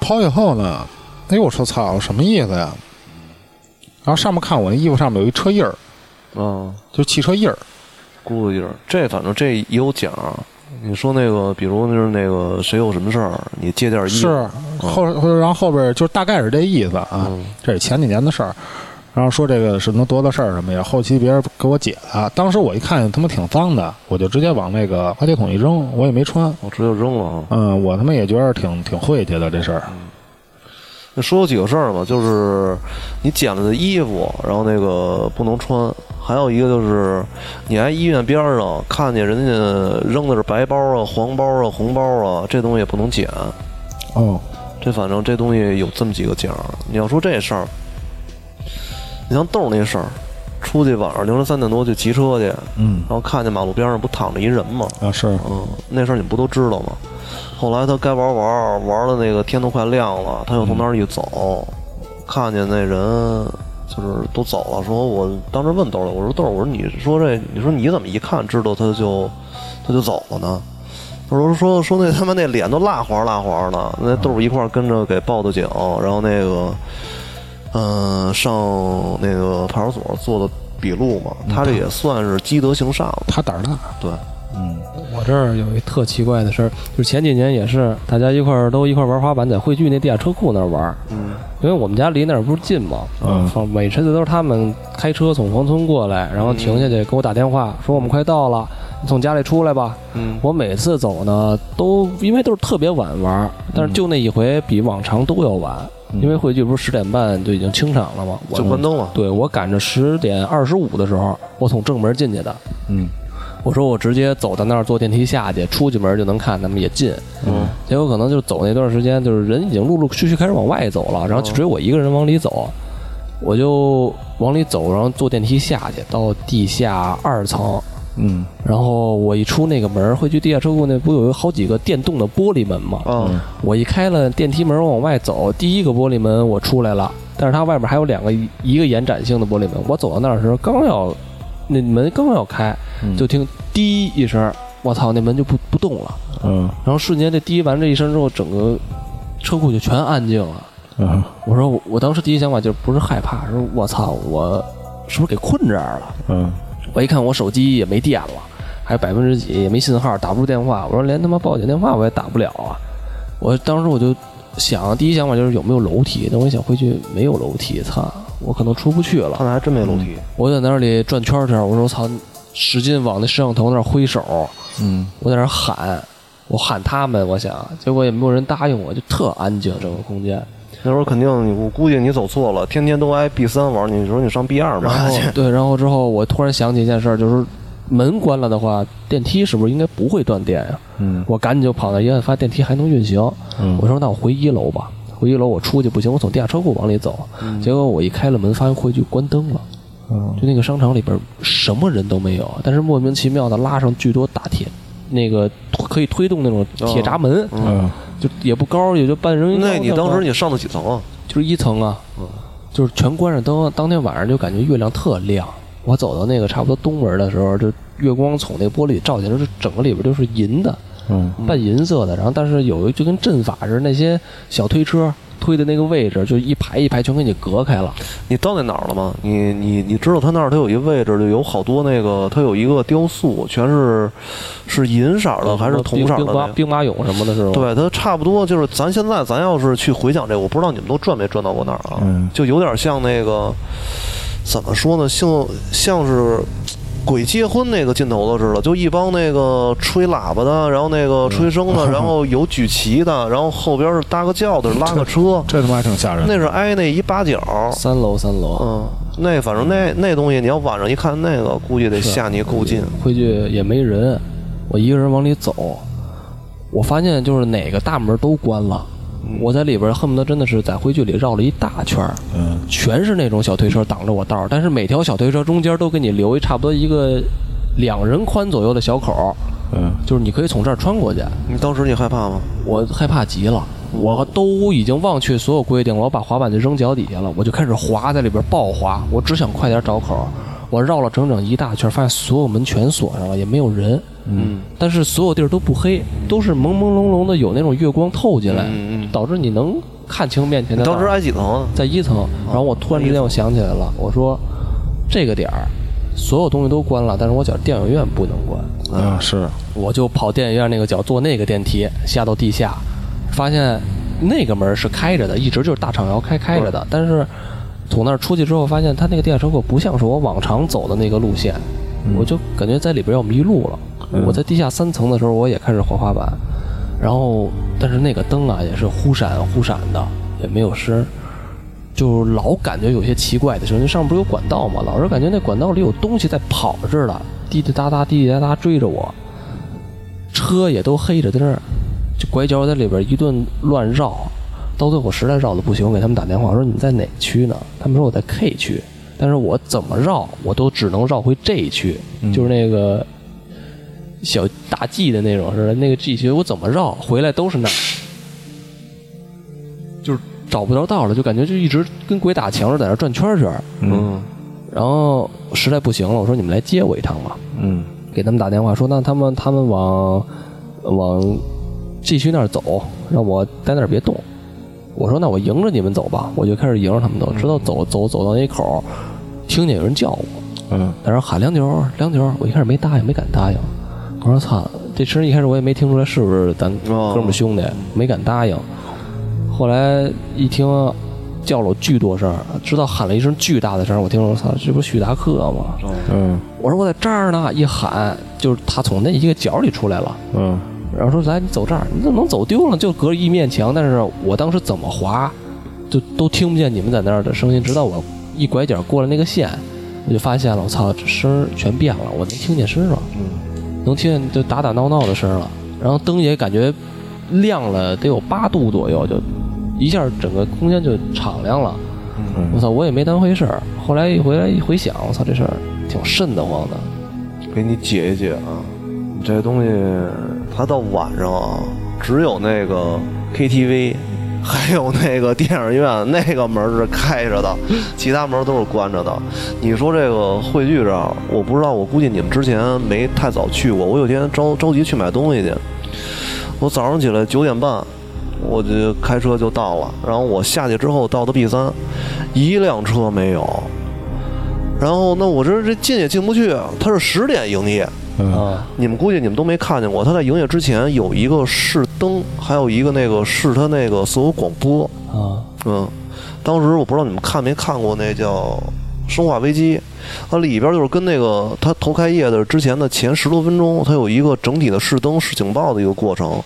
Speaker 1: 跑以后呢，哎呦我说操，什么意思呀？然后上面看我那衣服上面有一车印儿，
Speaker 4: 啊，
Speaker 1: 就是汽车印儿，
Speaker 4: 估计是这，反正这有奖。你说那个，比如就是那个谁有什么事儿，你借件衣服
Speaker 1: 是后后然后后边就是大概是这意思啊，
Speaker 4: 嗯
Speaker 1: 这是前几年的事儿。然后说这个是能多大事儿什么呀？后期别人给我解的，啊当时我一看他妈挺脏的，我就直接往那个垃圾桶一扔，我也没穿。
Speaker 4: 我直接就扔了啊。
Speaker 1: 嗯，我他妈也觉得挺挺晦气的这事儿。
Speaker 4: 那说有几个事儿吧，就是你捡了的衣服，然后那个不能穿；还有一个就是你挨医院边儿上看见人家扔的是白包啊、黄包啊、红包啊，这东西也不能捡。
Speaker 1: 哦，
Speaker 4: 这反正这东西有这么几个奖。你要说这事儿，你像豆儿那事儿，出去晚上凌晨三点多去骑车去，然
Speaker 1: 嗯
Speaker 4: 后看见马路边上不躺着一人吗？
Speaker 1: 啊是，
Speaker 4: 嗯，那事儿你们不都知道吗？后来他该玩玩玩的那个天都快亮了，他又从那儿一走，看见那人就是都走了，说我当时问豆儿了，我说豆儿，我说你说这，你说你怎么一看知道他就他就走了呢？他说说说那他妈那脸都蜡黄蜡黄的，那豆儿一块儿跟着给报的警，然后那个嗯、呃上那个派出所做的笔录嘛，他这也算是积德行善了，
Speaker 1: 他胆儿大。
Speaker 4: 对。
Speaker 1: 嗯
Speaker 3: 我这儿有一特奇怪的事儿，就是前几年也是大家一块儿都一块儿玩滑板，在汇聚那地下车库那儿玩儿，
Speaker 4: 嗯
Speaker 3: 因为我们家离那儿不是近嘛，
Speaker 4: 哦
Speaker 1: 嗯
Speaker 3: 放每次都是他们开车从黄村过来，然后停下去给我打电话说我们快到了，你从家里出来吧。
Speaker 4: 嗯，
Speaker 3: 我每次走呢，都因为都是特别晚玩儿，但是就那一回比往常都要晚，因为汇聚不是十点半就已经清场了嘛，我
Speaker 4: 就关灯了。
Speaker 3: 对我赶着十点二十五的时候，我从正门进去的。
Speaker 1: 嗯
Speaker 3: 我说我直接走到那儿坐电梯下去，出去门就能看，他们也近。
Speaker 4: 嗯
Speaker 3: 结果可能就走那段时间，就是人已经陆陆续续开始往外走了，然后就只有我一个人往里走，我就往里走，然后坐电梯下去到地下二层，
Speaker 1: 嗯
Speaker 3: 然后我一出那个门，汇聚地下车库那不有好几个电动的玻璃门吗？
Speaker 4: 嗯
Speaker 3: 我一开了电梯门往外走，第一个玻璃门我出来了，但是它外面还有两个一个延展性的玻璃门。我走到那儿的时候，刚要那门刚要开，
Speaker 1: 嗯
Speaker 3: 就听滴一声，我操，那门就不不动了。
Speaker 1: 嗯
Speaker 3: 然后瞬间这滴完这一声之后，整个车库就全安静了。
Speaker 1: 嗯
Speaker 3: 我说我我当时第一想法就不是害怕，是我操，我是不是给困这儿了？
Speaker 1: 嗯
Speaker 3: 我一看我手机也没电了，还有百分之几也没信号，打不住电话。我说连他妈报警电话我也打不了啊！我当时我就想，第一想法就是有没有楼梯，但我一想回去没有楼梯，操，我可能出不去了。
Speaker 4: 看来还真没楼梯。
Speaker 3: 我在那里转圈圈，我说我操，使劲往那摄像头那儿挥手，
Speaker 1: 嗯
Speaker 3: 我在那儿喊，我喊他们，我想，结果也没有人答应我，就特安静整个空间。
Speaker 4: 那时候肯定你，我估计你走错了，天天都挨 B 三玩，你说你上 B 二
Speaker 3: 然
Speaker 4: 吧
Speaker 3: 后？啊对，然后之后我突然想起一件事儿，就是门关了的话，电梯是不是应该不会断电呀、
Speaker 1: 嗯
Speaker 3: 我赶紧就跑到一按，发现电梯还能运行。
Speaker 1: 嗯
Speaker 3: 我说那我回一楼吧，回一楼我出去不行，我从地下车库往里走。
Speaker 4: 嗯
Speaker 3: 结果我一开了门，发现汇聚关灯了，
Speaker 1: 嗯
Speaker 3: 就那个商场里边什么人都没有，但是莫名其妙的拉上巨多大铁，那个可以推动那种铁闸门，
Speaker 1: 嗯
Speaker 3: 就也不高，也就半人。
Speaker 4: 哦那你当时你嗯上到几层啊？
Speaker 3: 就是一层啊，就是全关上灯，当天晚上就感觉月亮特亮。我走到那个差不多东门的时候，就月光从那玻璃照进来，就整个里边就是银的，
Speaker 1: 嗯
Speaker 3: 半银色的。然后但是有一就跟阵法似的，那些小推车推的那个位置，就一排一排全给你隔开了。
Speaker 4: 你到那哪儿了吗？你你你知道他那儿他有一位置，就有好多那个，他有一个雕塑，全是是银色
Speaker 3: 啊
Speaker 4: 的呃还是铜色
Speaker 3: 兵
Speaker 4: 的
Speaker 3: 兵马
Speaker 4: 那个？
Speaker 3: 兵马俑什么的是吧？，
Speaker 4: 对，它差不多就是咱现在咱要是去回想这，我不知道你们都转没转到过那儿啊？
Speaker 1: 嗯
Speaker 4: 就有点像那个怎么说呢，像像是。鬼结婚那个劲头子似的，就一帮那个吹喇叭的，然后那个吹笙的，然后有举旗的，然后后边是搭个轿子，拉 个车，
Speaker 1: 这他妈还挺吓人
Speaker 4: 那
Speaker 1: 的。
Speaker 4: 是挨那一八角，
Speaker 3: 三楼三楼，
Speaker 4: 嗯，那反正那那东西，你要晚上一看那个，估计得吓你够劲。
Speaker 3: 回去也没人，我一个人往里走，我发现就是哪个大门都关了，
Speaker 4: 嗯
Speaker 3: 我在里边恨不得真的是在灰剧里绕了一大圈儿，
Speaker 1: 嗯
Speaker 3: 全是那种小推车挡着我道儿，但是每条小推车中间都给你留一差不多一个两人宽左右的小口儿，
Speaker 1: 嗯
Speaker 3: 就是你可以从这儿穿过去。
Speaker 4: 你当时你害怕吗？
Speaker 3: 我害怕极了，我都已经忘却所有规定了，我把滑板就扔脚底下了，我就开始滑，在里边暴滑，我只想快点找口儿。我绕了整整一大圈，发现所有门全锁上了，也没有人。
Speaker 4: 嗯，
Speaker 3: 但是所有地儿都不黑，都是朦朦胧胧的有那种月光透进来，
Speaker 4: 嗯嗯
Speaker 3: 导致你能看清面前
Speaker 4: 你
Speaker 3: 的道。
Speaker 4: 当时挨几层啊？
Speaker 3: 在一层，然后我突然之间我想起来了，我说这个点儿所有东西都关了，但是我觉得电影院不能关，
Speaker 1: 啊，是
Speaker 3: 我就跑电影院那个角坐那个电梯下到地下，发现那个门是开着的，一直就是大敞窑开开着的，但是从那儿出去之后，发现它那个地下车库不像是我往常走的那个路线，我就感觉在里边要迷路了。我在地下三层的时候，我也开始滑滑板，然后但是那个灯啊也是忽闪忽闪的，也没有声儿。就老感觉有些奇怪的声音，上面不是有管道吗？老是感觉那管道里有东西在跑似的，滴滴答答、滴滴答答追着我。车也都黑着，在那儿就拐角在里边一顿乱绕，到最后实在绕的不行，我给他们打电话我说你们在哪区呢？他们说我在 K 区，但是我怎么绕我都只能绕回 J 区，就是那个小大 G 的那种似的，那个 G 区我怎么绕回来都是那儿，就是找不着道了，就感觉就一直跟鬼打墙似的在那儿转圈圈儿，
Speaker 4: 嗯
Speaker 3: 然后实在不行了，我说你们来接我一趟吧。
Speaker 4: 嗯
Speaker 3: 给他们打电话说，那他们他们往往 G 区那儿走，让我在那儿别动。我说那我迎着你们走吧，我就开始迎着他们走，直到走走走到那口，听见有人叫我，
Speaker 1: 嗯，
Speaker 3: 在那儿喊梁九梁九，我一开始没答应，没敢答应。我说操，这声儿一开始我也没听出来是不是咱
Speaker 4: 哦
Speaker 3: 哥们儿兄弟，没敢答应。后来一听叫了我巨多声儿，直到喊了一声巨大的声儿，我听着我操，这不是许达克吗？
Speaker 1: 嗯
Speaker 3: 我说我在这儿呢，一喊就是他从那一个角里出来了，
Speaker 1: 嗯
Speaker 3: 然后说来你走这儿，你怎么能走丢了？就隔着一面墙，但是我当时怎么滑，就都听不见你们在那儿的声音，直到我一拐角过了那个线，我就发现了，我操，这声儿全变了，我能听见声儿了，能听见就打打闹闹的声儿了，然后灯也感觉亮了得有八度左右，就一下整个空间就敞亮了。我操，我也没当回事儿。后来一回来一回想，我操，这事儿挺瘆得慌的。
Speaker 4: 给你解一解啊，你这东西它到晚上啊，只有那个 KTV，还 有那个电影院那个门是开着的，其他门都是关着的。你说这个汇聚这儿，我不知道，我估计你们之前没太早去过。我有一天着着急去买东西去，我早上起来九点半，我就开车就到了，然后我下去之后到的 B 三，一辆车没有。然后那我这这进也进不去，啊它是十点营业，
Speaker 1: 嗯
Speaker 3: 啊，
Speaker 4: 你们估计你们都没看见过。它在营业之前有一个试灯，还有一个那个是它那个所有广播，
Speaker 3: 啊，
Speaker 4: 嗯，当时我不知道你们看没看过那叫《生化危机》，它里边就是跟那个它头开业的之前的前十多分钟，它有一个整体的试灯、试警报的一个过程，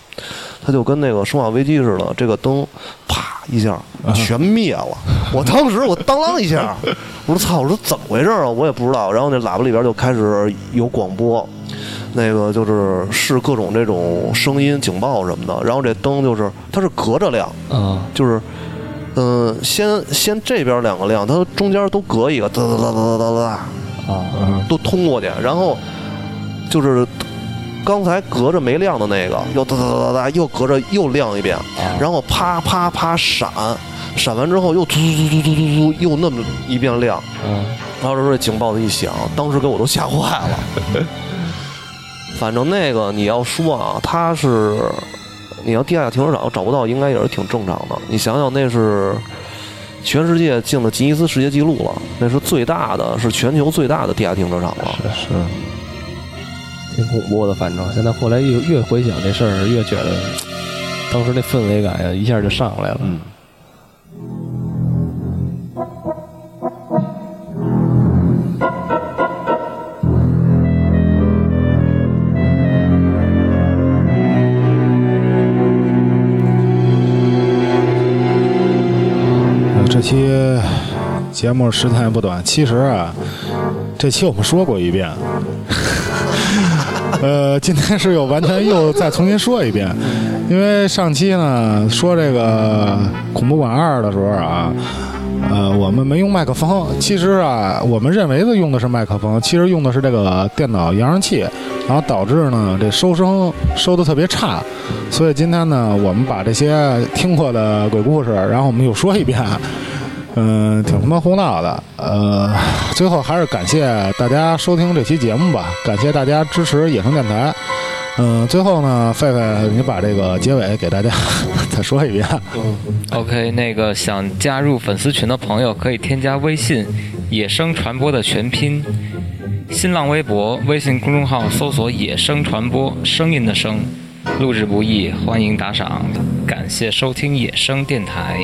Speaker 4: 它就跟那个《生化危机》似的，这个灯啪一下全灭了。我当时我当啷一下，我说操，我说怎么回事啊？我也不知道。然后那喇叭里边就开始有广播，那个就是试各种这种声音警报什么的。然后这灯就是它是隔着亮。
Speaker 3: 啊，
Speaker 4: 就是，嗯、先先这边两个亮，它中间都隔一个，哒哒哒哒哒哒
Speaker 1: 嗯
Speaker 3: 啊
Speaker 4: 哒，都通过去，然后就是刚才隔着没亮的那个，又哒哒哒哒哒，又隔着又亮一遍，然后啪啪啪闪，闪完之后又突突突突突突，又那么一遍亮，
Speaker 3: 嗯，
Speaker 4: 当时这警报的一响，当时给我都吓坏了。 反正那个你要说啊，它是你要地下停车场找不到，应该也是挺正常的。你想想，那是全世界进了吉尼斯世界纪录了，那是最大的，是全球最大的地下停车场了。
Speaker 1: 是
Speaker 3: 挺恐怖的。反正现在后来越越回想这事儿，越觉得当时那氛围感呀，一下就上来了。嗯
Speaker 1: 呃这期节目时间也不短，其实啊，这期我们说过一遍， 呃，今天是又完全又再重新说一遍，因为上期呢说这个恐怖馆二的时候啊。呃，我们没用麦克风，其实啊，我们认为的用的是麦克风，其实用的是这个电脑扬声器，然后导致呢这收声收的特别差，所以今天呢，我们把这些听过的鬼故事，然后我们又说一遍，啊嗯，挺他妈胡闹的。呃，最后还是感谢大家收听这期节目吧，感谢大家支持野生电台。嗯，最后呢，狒狒，你把这个结尾给大家 再说一遍。
Speaker 2: OK，那个想加入粉丝群的朋友可以添加微信“野生传播”的全拼，新浪微博、微信公众号搜索“野生传播”，声音的声，录制不易，欢迎打赏，感谢收听野生电台。